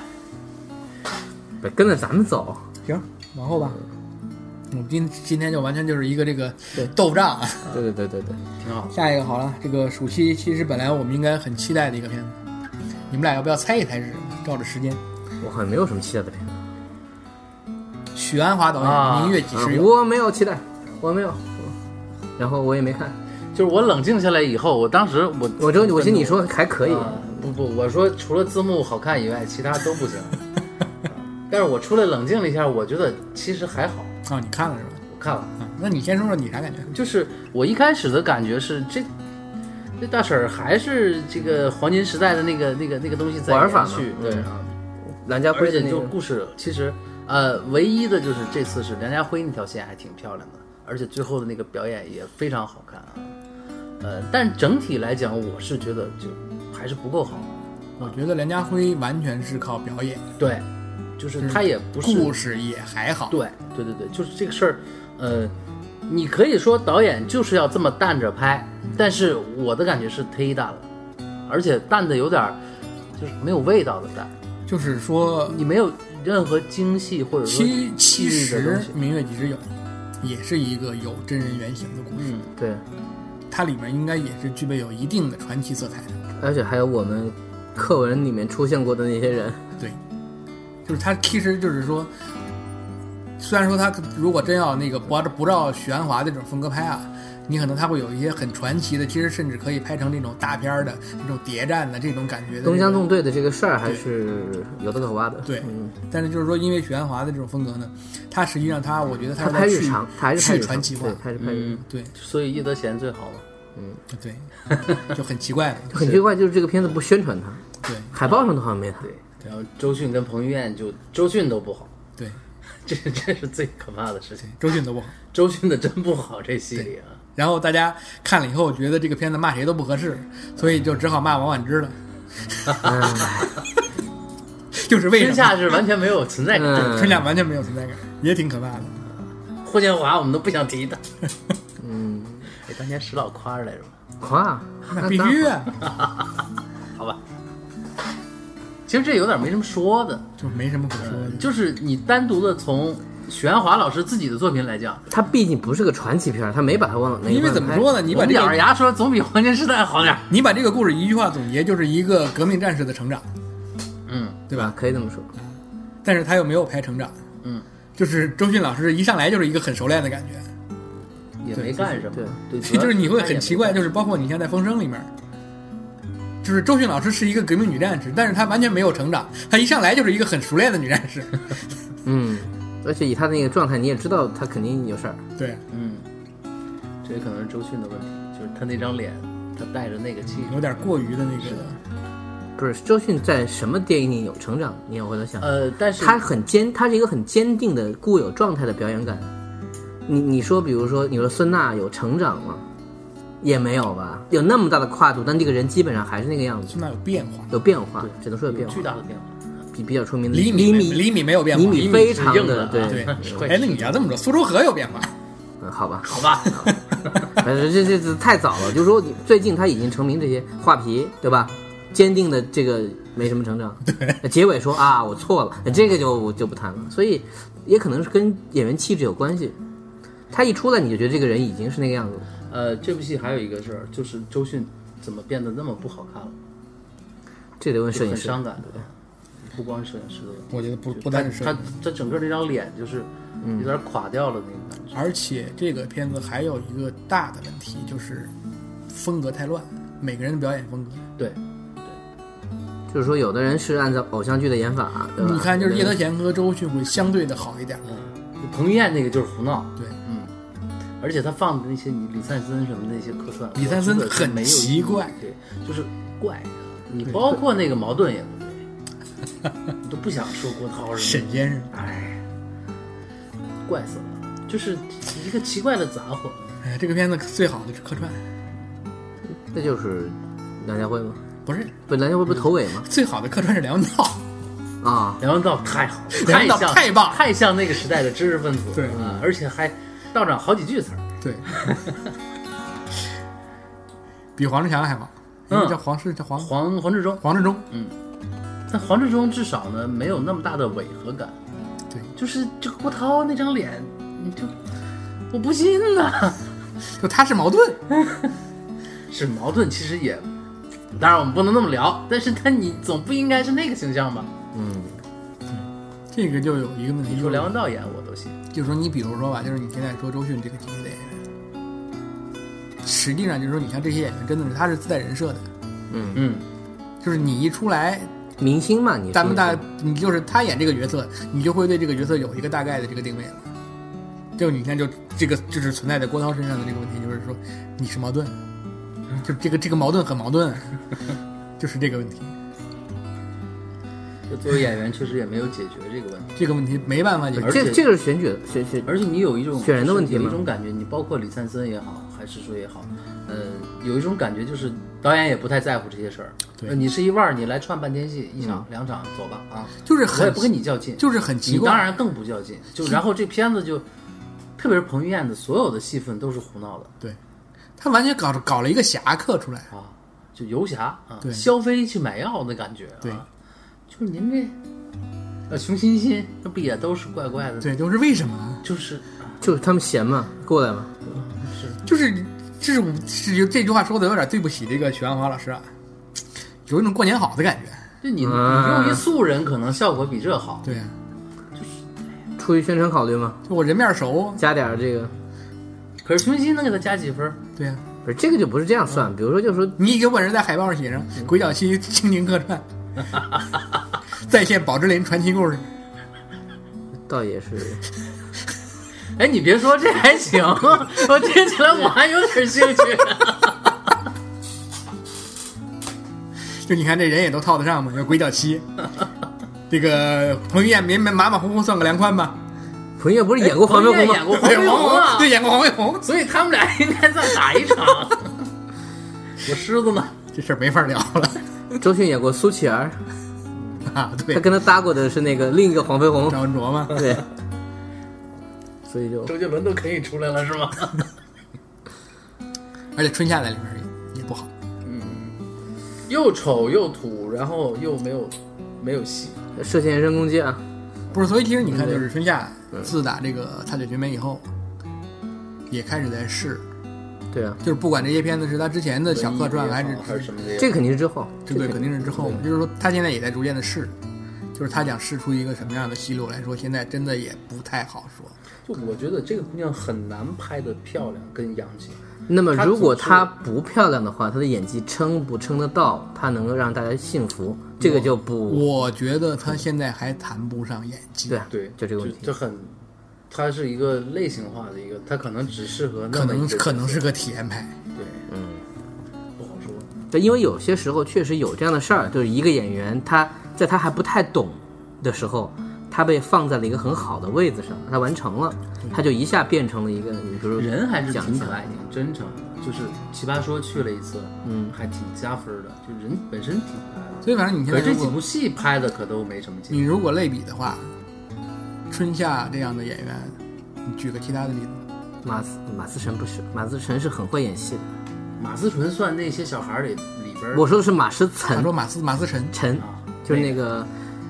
Speaker 5: 别跟着咱们走。
Speaker 2: 行，往后吧。我们今今天就完全就是一个这个斗战啊。
Speaker 5: 对对对对对，
Speaker 3: (laughs) 挺好。
Speaker 2: 下一个好了，这个暑期其实本来我们应该很期待的一个片子，你们俩要不要猜一猜是什么？照着时间，
Speaker 5: 我好像没有什么期待的片子，
Speaker 2: 许鞍华导演
Speaker 3: 啊
Speaker 2: 《明月几时
Speaker 5: 啊
Speaker 2: 有》
Speaker 5: 我没有期待，我没有。然后我也没看，
Speaker 3: 就是我冷静下来以后，我当时我
Speaker 5: 我这我觉得你说还可以，
Speaker 3: 啊不不，我说除了字幕好看以外，其他都不
Speaker 5: (laughs)
Speaker 3: 行。但是我出来冷静了一下，我觉得其实还好。
Speaker 2: 啊，你看了是吧？
Speaker 3: 我看了，
Speaker 2: 啊，那你先说说你啥感觉？
Speaker 3: 就是我一开始的感觉是这。这大婶儿还是这个黄金时代的那个、那个、那个东西在
Speaker 5: 玩法
Speaker 3: 延
Speaker 5: 嘛
Speaker 3: 续，
Speaker 5: 嗯
Speaker 3: 对啊，
Speaker 5: 兰家
Speaker 3: 而
Speaker 5: 辉的
Speaker 3: 且
Speaker 5: 那
Speaker 3: 就
Speaker 5: 个，
Speaker 3: 故事其实，呃，唯一的就是这次是梁家辉那条线还挺漂亮的，而且最后的那个表演也非常好看啊。呃，但整体来讲，我是觉得就还是不够好。
Speaker 2: 我觉得梁家辉完全是靠表演，
Speaker 3: 对，就是他也不是
Speaker 2: 故事也还好。
Speaker 3: 对对对对，就是这个事儿，呃，你可以说导演就是要这么淡着拍，但是我的感觉是忒淡了，而且淡的有点儿就是没有味道的淡，
Speaker 2: 就是说，
Speaker 3: 你没有任何精细或者说
Speaker 2: 其其
Speaker 3: 细腻的
Speaker 2: 实
Speaker 3: 东西
Speaker 2: 《明月几时有》也是一个有真人原型的故事，
Speaker 3: 嗯，
Speaker 5: 对，
Speaker 2: 它里面应该也是具备有一定的传奇色彩的。
Speaker 5: 而且还有我们课文里面出现过的那些人，
Speaker 2: 对，就是它其实就是说，虽然说它如果真要那个不按不照许鞍华这种风格拍啊。你可能它会有一些很传奇的，其实甚至可以拍成这种大片儿的、这种谍战的这种感觉的。
Speaker 5: 东江纵队的这个事儿还是有的可挖的。
Speaker 2: 对
Speaker 5: 嗯，
Speaker 2: 但是就是说，因为许鞍华的这种风格呢，他实际上他，我觉得他
Speaker 5: 他拍
Speaker 2: 是在
Speaker 5: 日
Speaker 2: 去
Speaker 5: 常，他还是拍
Speaker 2: 去
Speaker 5: 日常
Speaker 2: 传奇化
Speaker 5: 对，，还是拍日常。
Speaker 2: 对
Speaker 3: 所以叶德娴最好嘛。
Speaker 2: 对，
Speaker 5: (laughs)
Speaker 2: 就很奇怪嘛，
Speaker 5: 很奇怪，就是这个片子不宣传他，
Speaker 2: 对
Speaker 5: 海报上都好像没他。
Speaker 2: 啊
Speaker 3: 然后周迅跟彭于晏就周迅都不好， (laughs)
Speaker 2: 对
Speaker 3: 这这是最可怕的事
Speaker 2: 对
Speaker 3: 情。，
Speaker 2: 周迅都不好。
Speaker 3: 周迅的真不好，这戏里啊，
Speaker 2: 然后大家看了以后，觉得这个片子骂谁都不合适，所以就只好骂王婉之了。
Speaker 5: 嗯
Speaker 2: (laughs) 就是为
Speaker 3: 春
Speaker 2: 什么
Speaker 3: 夏是完全没有存在感。
Speaker 5: 嗯
Speaker 2: 春夏完全没有存在感，也挺可怕的。
Speaker 3: 霍建华我们都不想 (laughs) 提他。嗯，哎，当年石老夸着来着嘛。
Speaker 5: 夸，
Speaker 2: 那必须啊，
Speaker 3: 好吧。其实这有点没什么说的，
Speaker 2: 就没什么可说的。
Speaker 3: 就是你单独的从许鞍华老师自己的作品来讲，
Speaker 5: 他毕竟不是个传奇片儿，他没把他忘。
Speaker 2: 因为怎么说
Speaker 5: 呢？
Speaker 2: 呢，你
Speaker 3: 我
Speaker 2: 把
Speaker 3: 们
Speaker 2: 这
Speaker 3: 咬着
Speaker 2: 个
Speaker 3: 牙说总比黄金时代好点儿。
Speaker 2: 你把这个故事一句话总结，就是一个革命战士的成长，
Speaker 3: 嗯，
Speaker 2: 对
Speaker 5: 对
Speaker 2: 吧？
Speaker 5: 啊可以这么说。
Speaker 2: 但是他又没有拍成长，
Speaker 3: 嗯，
Speaker 2: 就是周迅老师一上来就是一个很熟练的感觉，
Speaker 3: 也没干什么。
Speaker 5: 对对
Speaker 3: 主要
Speaker 2: (laughs) 就是你
Speaker 3: 嗯
Speaker 2: 会
Speaker 3: 他也
Speaker 2: 很
Speaker 3: 没
Speaker 2: 奇怪，就是包括你像在《风声》里面，就是周迅老师是一个革命女战士，但是她完全没有成长，她一上来就是一个很熟练的女战士。 (laughs)
Speaker 5: 嗯，而且以他那个状态，你也知道他肯定有事儿。
Speaker 2: 对，
Speaker 3: 嗯，这也可能是周迅的问题，就是他那张脸，他带着那个气。
Speaker 2: 有点过于的那个，
Speaker 5: 不是周迅在什么电影里有成长？你也回头想，
Speaker 3: 呃，但是
Speaker 5: 他很坚，他是一个很坚定的固有状态的表演感。你你说，比如说，你说孙娜有成长吗？也没有吧，有那么大的跨度，但这个人基本上还是那个样子，
Speaker 2: 起码有变化。
Speaker 5: 有变化，只能说有变化
Speaker 3: 巨。大的变化。
Speaker 5: 比比较出名的
Speaker 2: 厘米
Speaker 5: 厘
Speaker 2: 没
Speaker 5: 米，
Speaker 2: 厘米没有变化，
Speaker 5: 厘米
Speaker 3: 厘米
Speaker 5: 非
Speaker 3: 是
Speaker 5: 常
Speaker 3: 硬
Speaker 5: 的
Speaker 3: 的啊
Speaker 5: 对
Speaker 2: 对，
Speaker 3: 是会
Speaker 2: 哎，那你要这么说，苏州河
Speaker 3: (laughs)
Speaker 2: 有变化，
Speaker 5: 嗯，好
Speaker 2: (laughs)
Speaker 5: 吧，
Speaker 3: 好吧， (laughs)
Speaker 5: (laughs) 反正呃这这这太早了。就是说，你最近他已经成名这些画皮，对吧？坚定的这个没什么成长。对，结尾说啊，我错了，这个就我就不谈了。所以也可能是跟演员气质有关系。他一出来你就觉得这个人已经是那个样子了。
Speaker 3: 呃，这部戏还有一个事儿，就是周迅怎么变得那么不好看了，
Speaker 5: 这得问摄
Speaker 3: 就
Speaker 5: 影
Speaker 3: 很
Speaker 5: 师。
Speaker 3: 伤感的。不光是摄影师的问题。
Speaker 2: 我觉得不不
Speaker 3: 他
Speaker 2: 单是
Speaker 3: 他他整个那张脸就是
Speaker 2: 嗯
Speaker 3: 有点垮掉了那种感觉。
Speaker 2: 而且这个片子还有一个大的问题，就是风格太乱，每个人的表演风格。
Speaker 3: 对，
Speaker 5: 就是说，有的人是按照偶像剧的演法，对吧？
Speaker 2: 你看，就是叶德
Speaker 5: 有的人
Speaker 2: 娴和周迅会相对的好一点。
Speaker 3: 嗯，彭于晏那个就是胡闹，
Speaker 2: 对，
Speaker 3: 嗯，而且他放的那些你李灿森什么那些客串，
Speaker 2: 李灿森
Speaker 3: 我觉得
Speaker 2: 很
Speaker 3: 没有
Speaker 2: 奇
Speaker 3: 意义
Speaker 2: 怪，
Speaker 3: 对，就是怪啊。你包括那个矛盾也不对，
Speaker 2: (laughs)
Speaker 3: 你都不想说郭涛什么
Speaker 2: 沈，先生，
Speaker 3: 哎，怪死了，就是一个奇怪的杂混。
Speaker 2: 哎，这个片子最好的是客串，
Speaker 5: 那就是梁家辉吗？
Speaker 2: 不是
Speaker 5: 不，梁家辉不是头尾吗？
Speaker 2: 最好的客串是梁文道。
Speaker 5: 啊，
Speaker 3: 梁文道太好了，
Speaker 2: 梁文道
Speaker 3: 像
Speaker 2: 太棒了
Speaker 3: 太像那个时代的知识分子，
Speaker 2: 对
Speaker 3: 啊，而且还道长好几句词儿。
Speaker 2: 对，比黄志强还好。
Speaker 3: 嗯
Speaker 2: 叫黄是叫黄
Speaker 3: 黄黄志忠，
Speaker 2: 黄志忠，
Speaker 3: 嗯，但黄志忠至少呢没有那么大的违和感。
Speaker 2: 对，
Speaker 3: 就是这个郭涛那张脸，你就我不信呐， (laughs)
Speaker 2: 就他是矛盾，
Speaker 3: 是矛盾，其实也，当然我们不能那么聊，但是他你总不应该是那个形象吧？
Speaker 2: 这个就有一个问题，
Speaker 3: 你
Speaker 2: 就
Speaker 3: 说
Speaker 2: 是
Speaker 3: 梁文道演我都信，
Speaker 2: 就是说你比如说吧，就是你现在说周迅这个级别的演员，实际上就是说你像这些演员真的是他是自带人设的，
Speaker 3: 嗯，
Speaker 2: 就是你一出来，
Speaker 5: 明星嘛，你
Speaker 2: 咱们大
Speaker 5: 是
Speaker 2: 你就是他演这个角色，你就会对这个角色有一个大概的这个定位了。就你看，就这个就是存在在郭涛身上的这个问题，就是说你是矛盾，就这个这个矛盾很矛盾，就是这个问题，
Speaker 3: 就作为演员确实也没有解决这个问题，
Speaker 2: 这个问题没办法解决
Speaker 3: 而。且
Speaker 5: 这这个是选举的选选
Speaker 3: 而且你有一种
Speaker 5: 选人的问题
Speaker 3: 有
Speaker 5: 吗
Speaker 3: 一种感觉，你包括李灿森也好，还是说也好，呃，有一种感觉就是导演也不太在乎这些事儿，
Speaker 2: 对
Speaker 3: 呃你是一腕儿，你来串半天戏，一场、两场走吧啊，
Speaker 2: 就是
Speaker 3: 我也
Speaker 2: (laughs) 很
Speaker 3: 不跟你较劲，
Speaker 2: 就是很奇
Speaker 3: 你
Speaker 2: 怪
Speaker 3: 当然更不较劲。就然后这片子就，特别是彭于晏的所有的戏份都是胡闹的
Speaker 2: 对，他完全搞搞了一个侠客出来，
Speaker 3: 啊，就游侠啊
Speaker 2: 对，
Speaker 3: 萧飞去买药的感觉啊，
Speaker 2: 对
Speaker 3: 就是您这，呃，熊欣欣那不也都是怪怪的，
Speaker 2: 对，就是为什么呢？
Speaker 3: 就是
Speaker 5: 就是他们闲嘛，过来嘛，
Speaker 2: 就是这种是有这句话说的有点对不起这个许鞍华老师啊，有一种过年好的感觉。
Speaker 3: 就你你
Speaker 5: 啊
Speaker 2: 嗯
Speaker 3: 用一素人可能效果比这好，
Speaker 2: 对啊，
Speaker 5: 出于宣传考虑嘛，
Speaker 2: 就我人面熟，
Speaker 5: 加点儿这个，
Speaker 3: 可是熊欣欣能给他加几分儿？
Speaker 2: 对啊，
Speaker 5: 不是这个就不是这样
Speaker 3: 嗯
Speaker 5: 算，比如说就说
Speaker 2: 你有本事在海报上写上“鬼脚七蜻蜓客串”， (laughs) 再现宝芝林传奇故事，
Speaker 5: 倒也是，
Speaker 3: 哎，你别说，这还行， (laughs) 我听起来我还有点兴趣。
Speaker 2: 就你看这人也都套得上嘛，叫鬼脚七。这个彭于晏明明马马虎虎算个梁宽吧，
Speaker 5: 彭于晏不是演过黄飞鸿吗？
Speaker 3: 哎彭于晏演过 (laughs) 黄飞鸿啊
Speaker 2: 对，演过黄飞鸿，
Speaker 3: 所以他们俩应该再打一场。 (laughs) 我狮子呢？
Speaker 2: 这事儿没法聊了
Speaker 5: (laughs)
Speaker 2: (laughs)
Speaker 5: 周迅演过苏乞儿，
Speaker 2: 啊。对
Speaker 5: 他，跟他搭过的是那个另一个黄飞鸿，
Speaker 2: 赵文卓嘛，
Speaker 5: 对，所以就
Speaker 3: 周杰伦都可以出来了是吗？
Speaker 2: 而且春夏在里面也也不好。
Speaker 3: (laughs) 又丑又土，然后又没有没有戏。
Speaker 5: 涉嫌人身攻击啊，
Speaker 2: 不是，所以其实你看，就是春夏自打这个《踏雪寻梅》以后，也开始在试，
Speaker 5: 对啊，
Speaker 2: 就是不管这些片子是他之前的小客串还是
Speaker 3: 还是什么的，
Speaker 5: 这个肯定是之后，
Speaker 2: 这对，肯定是之后嘛，就是说他现在也在逐渐的试，就是他想试出一个什么样的戏路来说，现在真的也不太好说。
Speaker 3: 就我觉得这个姑娘很难拍的漂亮跟洋气。
Speaker 5: 那么，
Speaker 3: 她
Speaker 5: 如果
Speaker 3: 总是
Speaker 5: 她不漂亮的话，她的演技撑不撑得到，她能够让大家信服，这个就不
Speaker 2: 我觉得他现在还谈不上演技，
Speaker 5: 对啊
Speaker 3: 对，
Speaker 5: 就这个问题
Speaker 3: 就很，它是一个类型化的一个，它可能只适合那
Speaker 2: 可
Speaker 3: 么一
Speaker 2: 能
Speaker 3: 个角色
Speaker 2: 可能是个体验派，
Speaker 3: 对，嗯，不好说。
Speaker 5: 对，因为有些时候确实有这样的事儿，就是一个演员他在他还不太懂的时候，他被放在了一个很好的位子上，他完成了，他就一下变成了一个，你比如
Speaker 3: 人还是
Speaker 5: 讲
Speaker 3: 挺
Speaker 5: 一讲
Speaker 3: 可爱、挺真诚的。就是奇葩说去了一次，嗯，还挺加分的，就人本身挺可爱的。
Speaker 2: 所以反正你现
Speaker 3: 可
Speaker 2: 在
Speaker 3: 是这
Speaker 2: 如
Speaker 3: 几
Speaker 2: 果
Speaker 3: 部戏拍的可都没什么劲
Speaker 2: 你。如果类比的话，春夏这样的演员，你举个其他的例子，
Speaker 5: 马思马思纯不是，马思纯是很会演戏的，
Speaker 3: 马思纯算那些小孩儿里里边儿，
Speaker 5: 我说的是马思
Speaker 2: 他说
Speaker 5: 岑，
Speaker 2: 马思马思辰
Speaker 5: 岑
Speaker 3: 啊
Speaker 5: 就是那个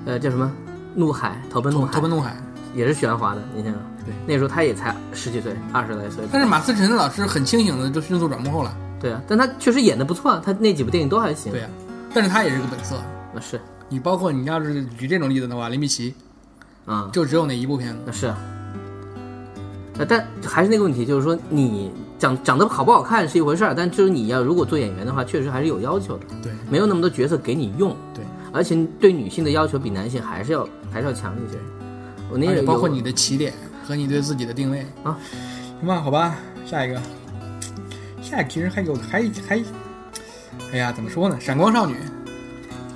Speaker 5: 呃叫什么怒海，投奔怒海，
Speaker 2: 投奔怒海，
Speaker 5: 也是许鞍华的，你想想，
Speaker 2: 对
Speaker 5: 那时候他也才十几岁，二十来岁，
Speaker 2: 但是马思辰老师很清醒的就迅速转幕后了，
Speaker 5: 对啊，但他确实演的不错啊，他那几部电影都还行。
Speaker 2: 对啊呀、但是他也是个本色。
Speaker 5: 那是
Speaker 2: 你包括你要是举这种例子的话，林碧琪
Speaker 5: 啊，
Speaker 2: 就只有那一部片子，
Speaker 5: 那是啊。呃但还是那个问题，就是说你长长得好不好看是一回事儿，但就是你要如果做演员的话，确实还是有要求的，
Speaker 2: 对
Speaker 5: 没有那么多角色给你用，
Speaker 2: 对，
Speaker 5: 而且对女性的要求比男性还是要还是要强一些。我那
Speaker 2: 而且
Speaker 5: 个
Speaker 2: 包括
Speaker 5: 有
Speaker 2: 你的起点和你对自己的定位
Speaker 5: 啊。
Speaker 2: 行吧，好吧，下一个，下一个其实还有还还，哎呀，怎么说呢？闪光少女，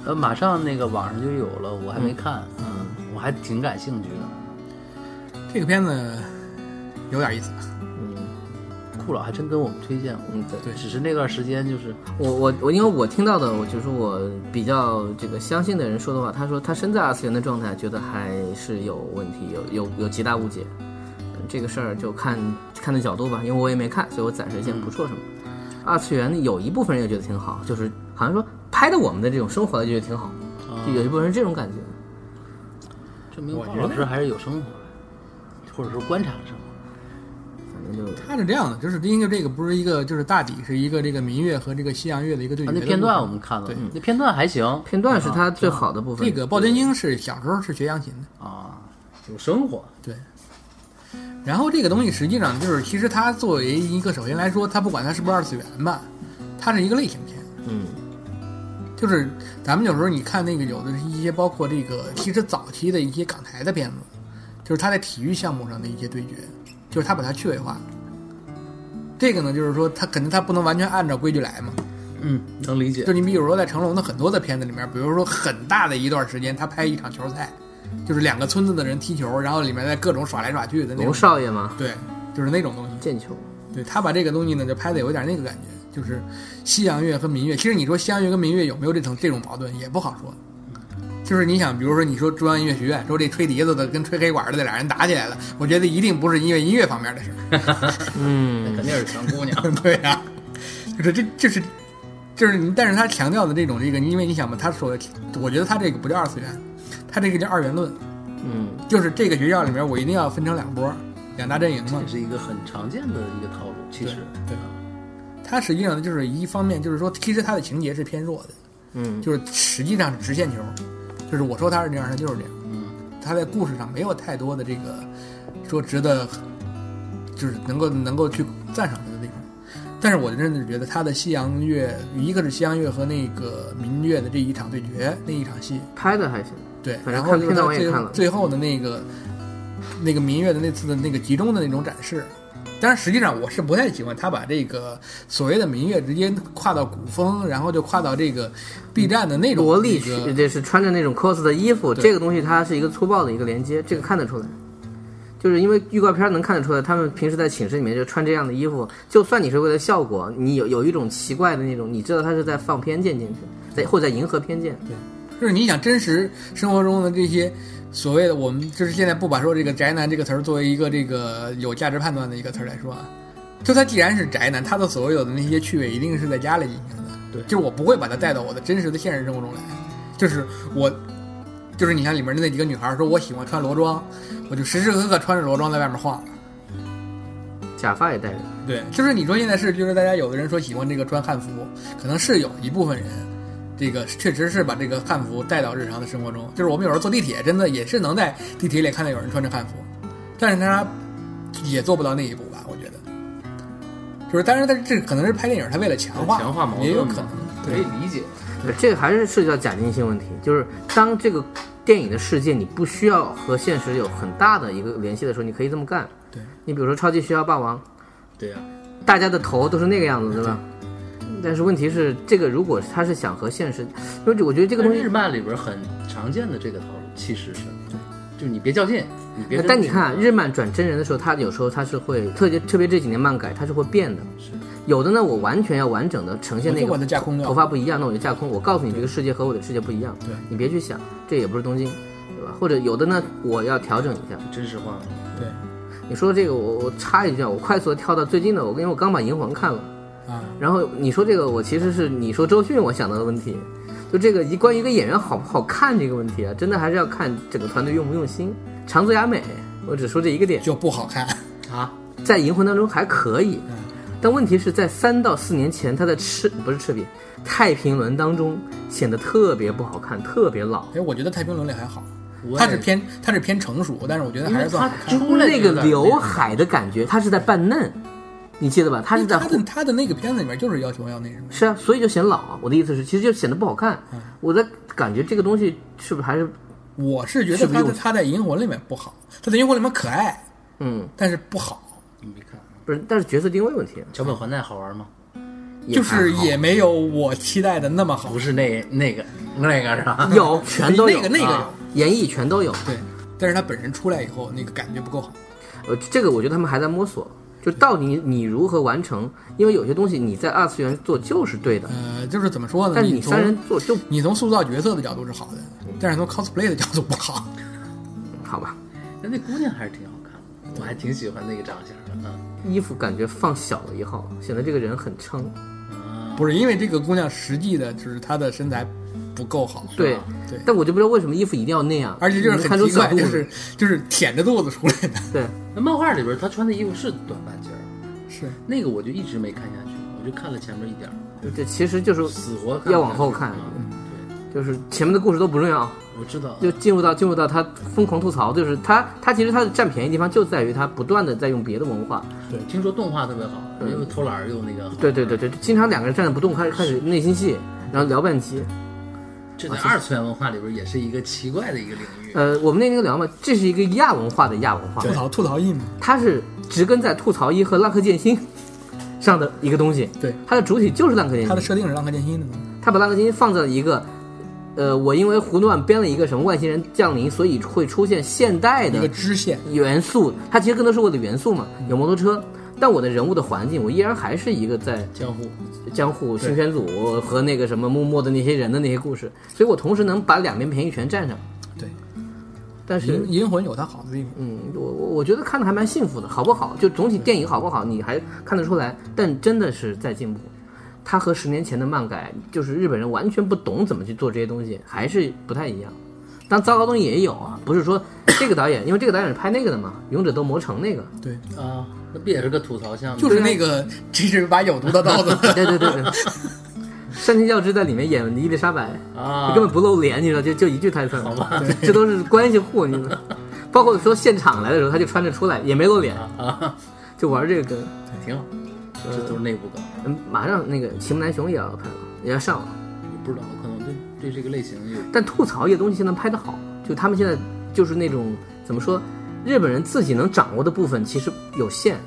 Speaker 3: 呃，马上那个网上就有了，我还没看，嗯，我还挺感兴趣的。
Speaker 2: 这个片子有点意思，
Speaker 3: 酷老还真跟我们推荐过，
Speaker 5: 嗯对
Speaker 2: 对
Speaker 3: 只是那段时间就是
Speaker 5: 我我我，因为我听到的，我就是我比较这个相信的人说的话，他说他身在二次元的状态，觉得还是有问题，有有有极大误解。嗯这个事儿就看看的角度吧，因为我也没看，所以我暂时
Speaker 2: 嗯
Speaker 5: 先不说什么。二次元有一部分人也觉得挺好，就是好像说拍的我们的这种生活的觉得挺好，
Speaker 2: 哦
Speaker 3: 啊
Speaker 5: 就有一部分人这种感觉。
Speaker 3: 证明
Speaker 2: 我
Speaker 3: 黄
Speaker 2: 觉
Speaker 3: 老
Speaker 2: 得
Speaker 3: 师还是有生活的，或者说观察了生活。
Speaker 5: 反正就
Speaker 2: 它是这样的，就是第一个这个不是一个，就是大抵是一个这个民乐和这个西洋乐的一个对决
Speaker 3: 啊
Speaker 2: 的
Speaker 3: 那
Speaker 2: 部分。
Speaker 3: 片段我们看了嗯
Speaker 2: 对，
Speaker 3: 那片段还行
Speaker 5: 片段是他最好的部分。
Speaker 2: 这个鲍真英是小时候是学扬琴的，
Speaker 3: 啊，有生活。
Speaker 2: 对。然后这个东西实际上就是，其实它作为一个首先来说，它不管它是不是二次元吧，它是一个类型片。
Speaker 5: 嗯，
Speaker 2: 就是咱们有时候你看那个有的一些包括这个，其实早期的一些港台的片子，就是他在体育项目上的一些对决，就是他把它趣味化。这个呢，就是说他肯定他不能完全按照规矩来嘛。
Speaker 3: 嗯，能理解
Speaker 2: 就。你比如说在成龙的很多的片子里面，比如说很大的一段时间，他拍一场球赛，就是两个村子的人踢球，然后里面在各种耍来耍去的那
Speaker 5: 龙
Speaker 2: 种，
Speaker 5: 少爷嘛，
Speaker 2: 对，就是那种东西。
Speaker 5: 毽球，
Speaker 2: 对他把这个东西呢，就拍的有点那个感觉，就是西洋乐和民乐。其实你说西洋乐跟民乐有没有这层这种矛盾，也不好说。就是你想，比如说你说中央音乐学院，说这吹笛子的跟吹黑管的这俩人打起来了，我觉得一定不是因为音乐方面的事儿。
Speaker 5: 嗯，
Speaker 3: 肯定是小姑娘。
Speaker 2: (laughs) 对呀、就是这就是就是你，但是他强调的这种这个，因为你想嘛，他说，我觉得他这个不叫二次元，他这个叫二元论，
Speaker 5: 嗯，
Speaker 2: 就是这个学校里面我一定要分成两波，两大阵营嘛
Speaker 3: 这。是一个很常见的一个套路，其实
Speaker 2: 对它实际上就是一方面，就是说，其实它的情节是偏弱的，
Speaker 5: 嗯，
Speaker 2: 就是实际上是直线球，就是我说它是这样，它就是这样。嗯，它在故事上没有太多的这个说值得，就是能够能够去赞赏它的地方。但是我真的觉得它的西洋乐，一个是西洋乐和那个民乐的这一场对决那一场戏，
Speaker 5: 拍的还行，
Speaker 2: 对，
Speaker 5: 反正
Speaker 2: 然后
Speaker 5: 看
Speaker 2: 就是
Speaker 5: 片段
Speaker 2: 到
Speaker 5: 我也
Speaker 2: 最
Speaker 5: 看
Speaker 2: 后
Speaker 5: 了
Speaker 2: 最后的那个那个民乐的那次的那个集中的那种展示。但是实际上我是不太喜欢他把这个所谓的民乐直接跨到古风，然后就跨到这个 B 站的那种
Speaker 5: 萝莉
Speaker 2: 那
Speaker 5: 去，
Speaker 2: 个
Speaker 5: 这是穿着那种 cos 的衣服，
Speaker 2: 对
Speaker 5: 这个东西它是一个粗暴的一个连接，这个看得出来。就是因为预告片能看得出来，他们平时在寝室里面就穿这样的衣服，就算你是为了效果，你有有一种奇怪的那种，你知道他是在放偏见进去，在或者在迎合偏见。
Speaker 2: 就是你想真实生活中的这些所谓的我们，就是现在不把说这个宅男这个词儿作为一个这个有价值判断的一个词儿来说啊，就他既然是宅男，他的所有的那些趣味一定是在家里进行的，
Speaker 3: 对
Speaker 2: 就是我不会把它带到我的真实的现实生活中来，就是我。就是你像里面的那几个女孩儿说，我喜欢穿裸装，我就时时刻刻穿着裸装在外面晃。
Speaker 5: 假发也戴着，
Speaker 2: 对，就是你说现在是，就是大家有的人说喜欢这个穿汉服，可能是有一部分人，这个确实是把这个汉服带到日常的生活中。就是我们有时候坐地铁，真的也是能在地铁里看到有人穿着汉服，但是他也做不到那一步吧？我觉得，就是当然，他这可能是拍电影，他为了强化
Speaker 3: 强化矛盾
Speaker 2: 也有
Speaker 3: 嘛
Speaker 2: 可能。
Speaker 3: 可以理解。
Speaker 5: 对这个还是涉及到假定性问题，就是当这个电影的世界你不需要和现实有很大的一个联系的时候，你可以这么干。
Speaker 2: 对
Speaker 5: 你比如说《超级学校霸王》，
Speaker 3: 对呀，
Speaker 5: 大家的头都是那个样子，对吧？但是问题是，这个如果他是想和现实，因为我觉得这
Speaker 3: 这
Speaker 5: 个
Speaker 3: 个
Speaker 5: 东
Speaker 3: 日
Speaker 5: 西，
Speaker 3: 漫里边很常见的这个套路，其实是，就你别较劲，你别。
Speaker 5: 但你看啊日漫转真人的时候，他有时候他是会特别特别这几年漫改，他是会变的。
Speaker 3: 是
Speaker 5: 有的呢，我完全要完整的呈现
Speaker 2: 我
Speaker 5: 那
Speaker 2: 就把
Speaker 5: 个
Speaker 2: 它架空掉
Speaker 5: 头发不一样，那我就架空。我告诉你，这个世界和我的世界不一样，
Speaker 2: 对
Speaker 5: 你别去想，这也不是东京，对吧？或者有的呢，我要调整一下。
Speaker 3: 真实化，
Speaker 2: 对
Speaker 5: 你说这个，我我插一句啊，我快速的跳到最近的，我因为我刚把《银魂》看了，
Speaker 2: 啊，
Speaker 5: 然后你说这个，我其实是你说周迅，我想到的问题，就这个一关于一个演员好不好看这个问题啊，真的还是要看整个团队用不用心。长泽雅美，我只说这一个点，
Speaker 2: 就不好看。 (laughs)
Speaker 3: 啊，
Speaker 5: 在《银魂》当中还可以，但问题是在三到四年前，她的赤不是赤壁，太平轮当中显得特别不好看，特别老。
Speaker 2: 哎，我觉得《太平轮》里还好，
Speaker 3: 我
Speaker 2: 它
Speaker 3: 也
Speaker 2: 是偏它是偏成熟，但是我觉得
Speaker 3: 因
Speaker 2: 还
Speaker 3: 为
Speaker 2: 是算
Speaker 3: 他
Speaker 2: 好看。
Speaker 3: 出来
Speaker 5: 那
Speaker 3: 就有
Speaker 5: 个
Speaker 3: 点
Speaker 5: 刘海的感觉，她是在扮嫩，你记得吧？她是在
Speaker 2: 他的他的那个片子里面就是要求要那什么。
Speaker 5: 是啊，所以就显老啊。我的意思是，其实就显得不好看。我的感觉这个东西是不是还是
Speaker 2: 我是觉
Speaker 5: 是
Speaker 2: 得
Speaker 5: 不
Speaker 2: 他
Speaker 5: 用
Speaker 2: 在他在《银魂》里面不好，他在《银魂》里面可爱，
Speaker 5: 嗯，
Speaker 2: 但是不好，
Speaker 3: 你没看
Speaker 5: 不是？但是角色定位问题啊，
Speaker 3: 桥本环奈好玩吗？
Speaker 5: 也
Speaker 2: 就是
Speaker 5: 还好
Speaker 2: 也没有我期待的那么好
Speaker 3: 不。是那那个那个是吧？
Speaker 5: 有，全都有，
Speaker 2: 那个那个
Speaker 5: 啊演绎全都有。
Speaker 2: 对，但是他本人出来以后，那个感觉不够好。
Speaker 5: 呃，这个我觉得他们还在摸索，就到底你如何完成，因为有些东西你在二次元做就是对的，
Speaker 2: 呃，就是怎么说呢？
Speaker 5: 但是你
Speaker 2: 从
Speaker 5: 三人嗯做就
Speaker 2: 你从塑造角色的角度是好的，但是从 cosplay 的角度不好。
Speaker 5: 好吧。
Speaker 3: 但那姑娘还是挺好看的，我还挺喜欢那个长相的啊。
Speaker 5: 衣服感觉放小了一
Speaker 2: 啊
Speaker 5: 号，显得这个人很撑。
Speaker 2: 不是因为这个姑娘实际的，就是她的身材不够好。
Speaker 5: 对
Speaker 2: 对
Speaker 5: 但我就不知道为什么衣服一定要那样，
Speaker 2: 而且就是
Speaker 5: 你能看
Speaker 2: 很
Speaker 5: 出
Speaker 2: 奇
Speaker 5: 小
Speaker 2: 怪，
Speaker 5: 故
Speaker 2: 就
Speaker 5: 事。
Speaker 2: 是就是舔着肚子出来的，
Speaker 5: 对，
Speaker 3: 那漫画里边他穿的衣服是短半截儿，
Speaker 2: 是
Speaker 3: 那个我就一直没看下去，我就看了前面一点儿，
Speaker 5: 这其实就是
Speaker 3: 死活看不下去
Speaker 5: 要往后看
Speaker 3: 嗯对，
Speaker 5: 就是前面的故事都不重要，
Speaker 3: 我知道，
Speaker 5: 就进入到进入到他疯狂吐槽，就是他他其实他的占便宜的地方就在于他不断的在用别的文化，
Speaker 3: 听说动画特别好，又偷懒儿又那个好，
Speaker 5: 对对对对，经常两个人站着不动，开始开始内心戏，然后聊半期。
Speaker 3: 这在二次元文化里边也是一个奇怪的一个领域。
Speaker 5: 呃，我们那天聊嘛，这是一个亚文化的亚文化
Speaker 2: 吐，槽吐槽艺嘛。
Speaker 5: 它是植根在吐槽一和浪客剑心上的一个东西。
Speaker 2: 对，
Speaker 5: 它的主体就是浪客剑
Speaker 2: 它的
Speaker 5: 心，
Speaker 2: 设定是浪客剑心的嘛，
Speaker 5: 它把浪客剑心放在了一个。呃，我因为胡乱编了一个什么外星人降临，所以会出现现代的
Speaker 2: 一个支线，
Speaker 5: 元素，它其实更多是我的元素嘛，有摩托车，但我的人物的环境，我依然还是一个在
Speaker 3: 江户，
Speaker 5: 江户新选组和那个什么幕末的那些人的那些故事，所以我同时能把两边便宜全占上。
Speaker 2: 对，
Speaker 5: 但是
Speaker 2: 银，银魂有它好的地方，
Speaker 5: 嗯，我我我觉得看的还蛮幸福的，好不好？就总体电影好不好，你还看得出来，但真的是在进步。它和十年前的漫改，就是日本人完全不懂怎么去做这些东西，还是不太一样。当糟糕东西也有啊，不是说这个导演，因为这个导演是拍那个的嘛，《勇者斗魔城》那个，
Speaker 2: 对，
Speaker 3: 啊，那不也是个吐槽项目？
Speaker 2: 就是那个这是把有毒的刀子
Speaker 5: 对对对对，山田教之在里面演伊丽莎白，
Speaker 3: 啊，
Speaker 5: 根本不露脸，你知道，就就一句台词，好吧，这都是关系户，你知道。包括说现场来的时候，他就穿着出来，也没露脸，
Speaker 3: 啊，
Speaker 5: 就玩这个梗。
Speaker 3: 挺好，这都是内部梗，
Speaker 5: 嗯，马上那个《奇木南雄》也要拍了，也要上了。
Speaker 3: 我不知道，我可能对对这个类型有
Speaker 5: 但吐槽这些东西现在拍得好，就他们现在就是那种怎么说，日本人自己能掌握的部分其实有限，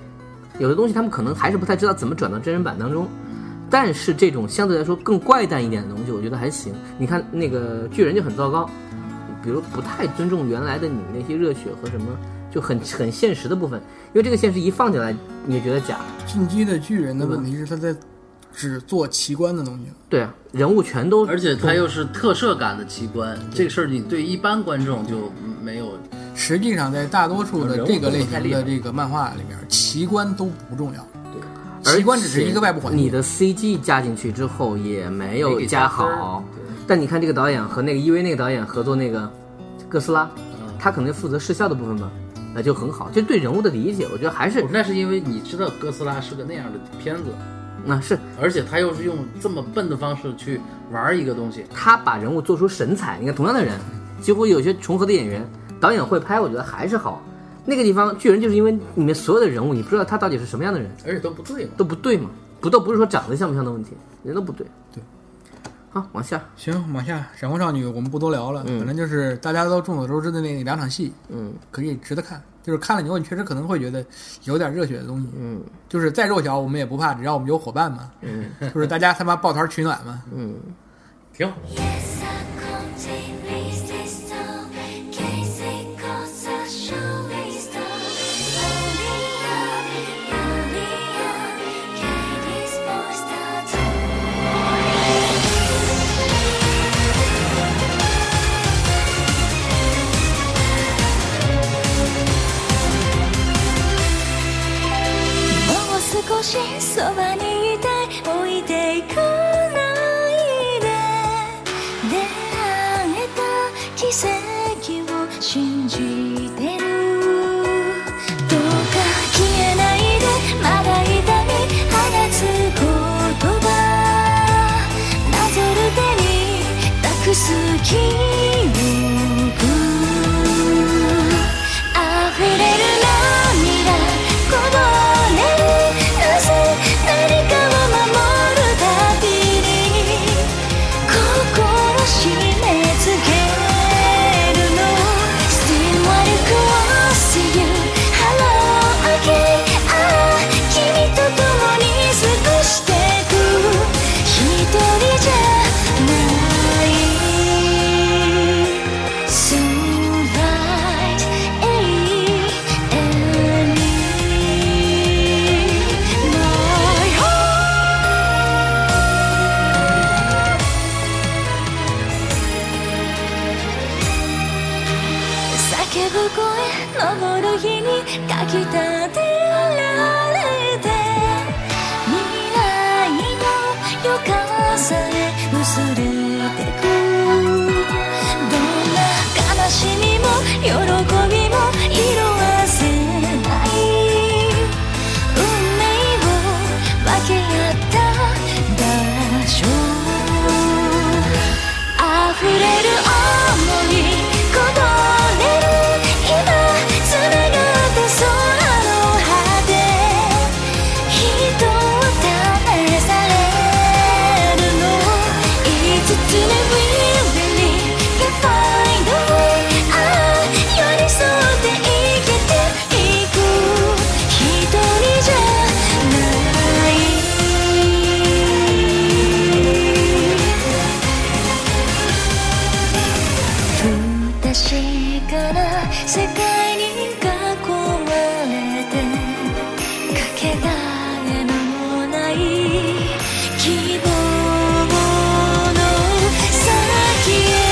Speaker 5: 有的东西他们可能还是不太知道怎么转到真人版当中。
Speaker 3: 嗯
Speaker 5: 但是这种相对来说更怪诞一点的东西，我觉得还行。你看那个巨人就很糟糕，
Speaker 3: 嗯
Speaker 5: 比如不太尊重原来的你那些热血和什么，就很很现实的部分，因为这个现实一放进来，你就觉得假。
Speaker 2: (laughs) 进击的巨人的问题是他在只做奇观的东西了，
Speaker 5: 对啊，人物全都
Speaker 3: 而且它又是特摄感的奇观，这个事儿你对一般观众就没有
Speaker 2: 实际上在大多数的
Speaker 3: 人物
Speaker 2: 这个
Speaker 3: 都不
Speaker 2: 类
Speaker 3: 太
Speaker 2: 型
Speaker 3: 厉
Speaker 2: 的
Speaker 3: 害
Speaker 2: 这个漫画里边，奇观都不重要，
Speaker 5: 而
Speaker 2: 奇观只是一个外部环境
Speaker 5: 你的 CG 加进去之后也没有
Speaker 3: 没给
Speaker 5: 加
Speaker 3: 加分儿
Speaker 5: 好
Speaker 3: 对，
Speaker 5: 但你看这个导演和那个 EV 那个导演合作那个哥斯拉，
Speaker 2: 嗯
Speaker 5: 他可能负责视效的部分吧，那就很好，就对人物的理解，我觉得还是
Speaker 3: 那是因为你知道哥斯拉是个那样的片子，
Speaker 5: 那、是
Speaker 3: 而且他又是用这么笨的方式去玩一个东西，
Speaker 5: 他把人物做出神采。你看同样的人，几乎有些重合的演员，导演会拍，我觉得还是好。那个地方巨人就是因为里面所有的人物，你不知道他到底是什么样的人，
Speaker 3: 而且都不对嘛。
Speaker 5: 都不对嘛，不都不是说长得像不像的问题，人都不对。
Speaker 2: 对，
Speaker 5: 好，往下，
Speaker 2: 行，往下《闪光少女》我们不多聊了，
Speaker 5: 嗯
Speaker 2: 反正就是大家都众所周知的那两场戏，
Speaker 5: 嗯
Speaker 2: 可以值得看。就是看了以后，你确实可能会觉得有点热血的东西，
Speaker 5: 嗯
Speaker 2: 就是再弱小我们也不怕，只要我们有伙伴嘛，
Speaker 5: 嗯
Speaker 2: 就是大家他妈抱团取暖嘛。
Speaker 5: 嗯，
Speaker 3: 挺好。
Speaker 4: Yes, I contain resist all. Casey calls a show based on. Yulia, Yulia, Katie's poster. もう少しそばにいて置いていかないで出会えた奇跡を信じてるどうか消えないでまだ痛み放つ言葉なぞる手に託す記憶溢れる涙こぼれる汗何かを守るたびに心締め付けるの Still wanna cross you Hello again ああ君と共に過ごしてく一人じゃない So bright, E. my heart. 叫ぶ声昇る日にかきたてられて未来の予感さえ薄れてく
Speaker 7: しみも喜びも色あせない運命を分け合った場所溢れる想いこぼれる今つながって空の果て人を試されるの5つ目 We really can find a way ああ寄り添って生きていく一人じゃない不確かな世界に囲まれてかけがえのない希望の先へ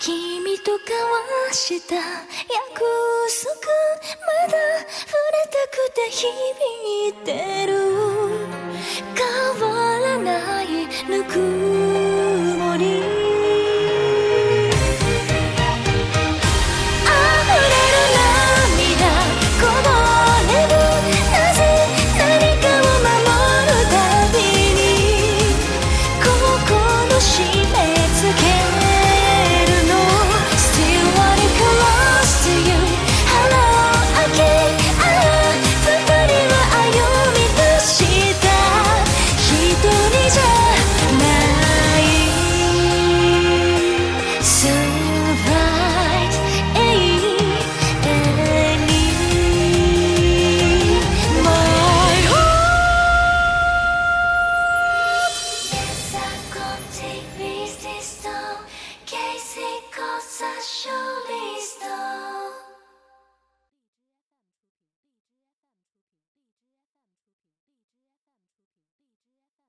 Speaker 7: 君と交わした約束まだ触れたくて響いてる変わらないぬく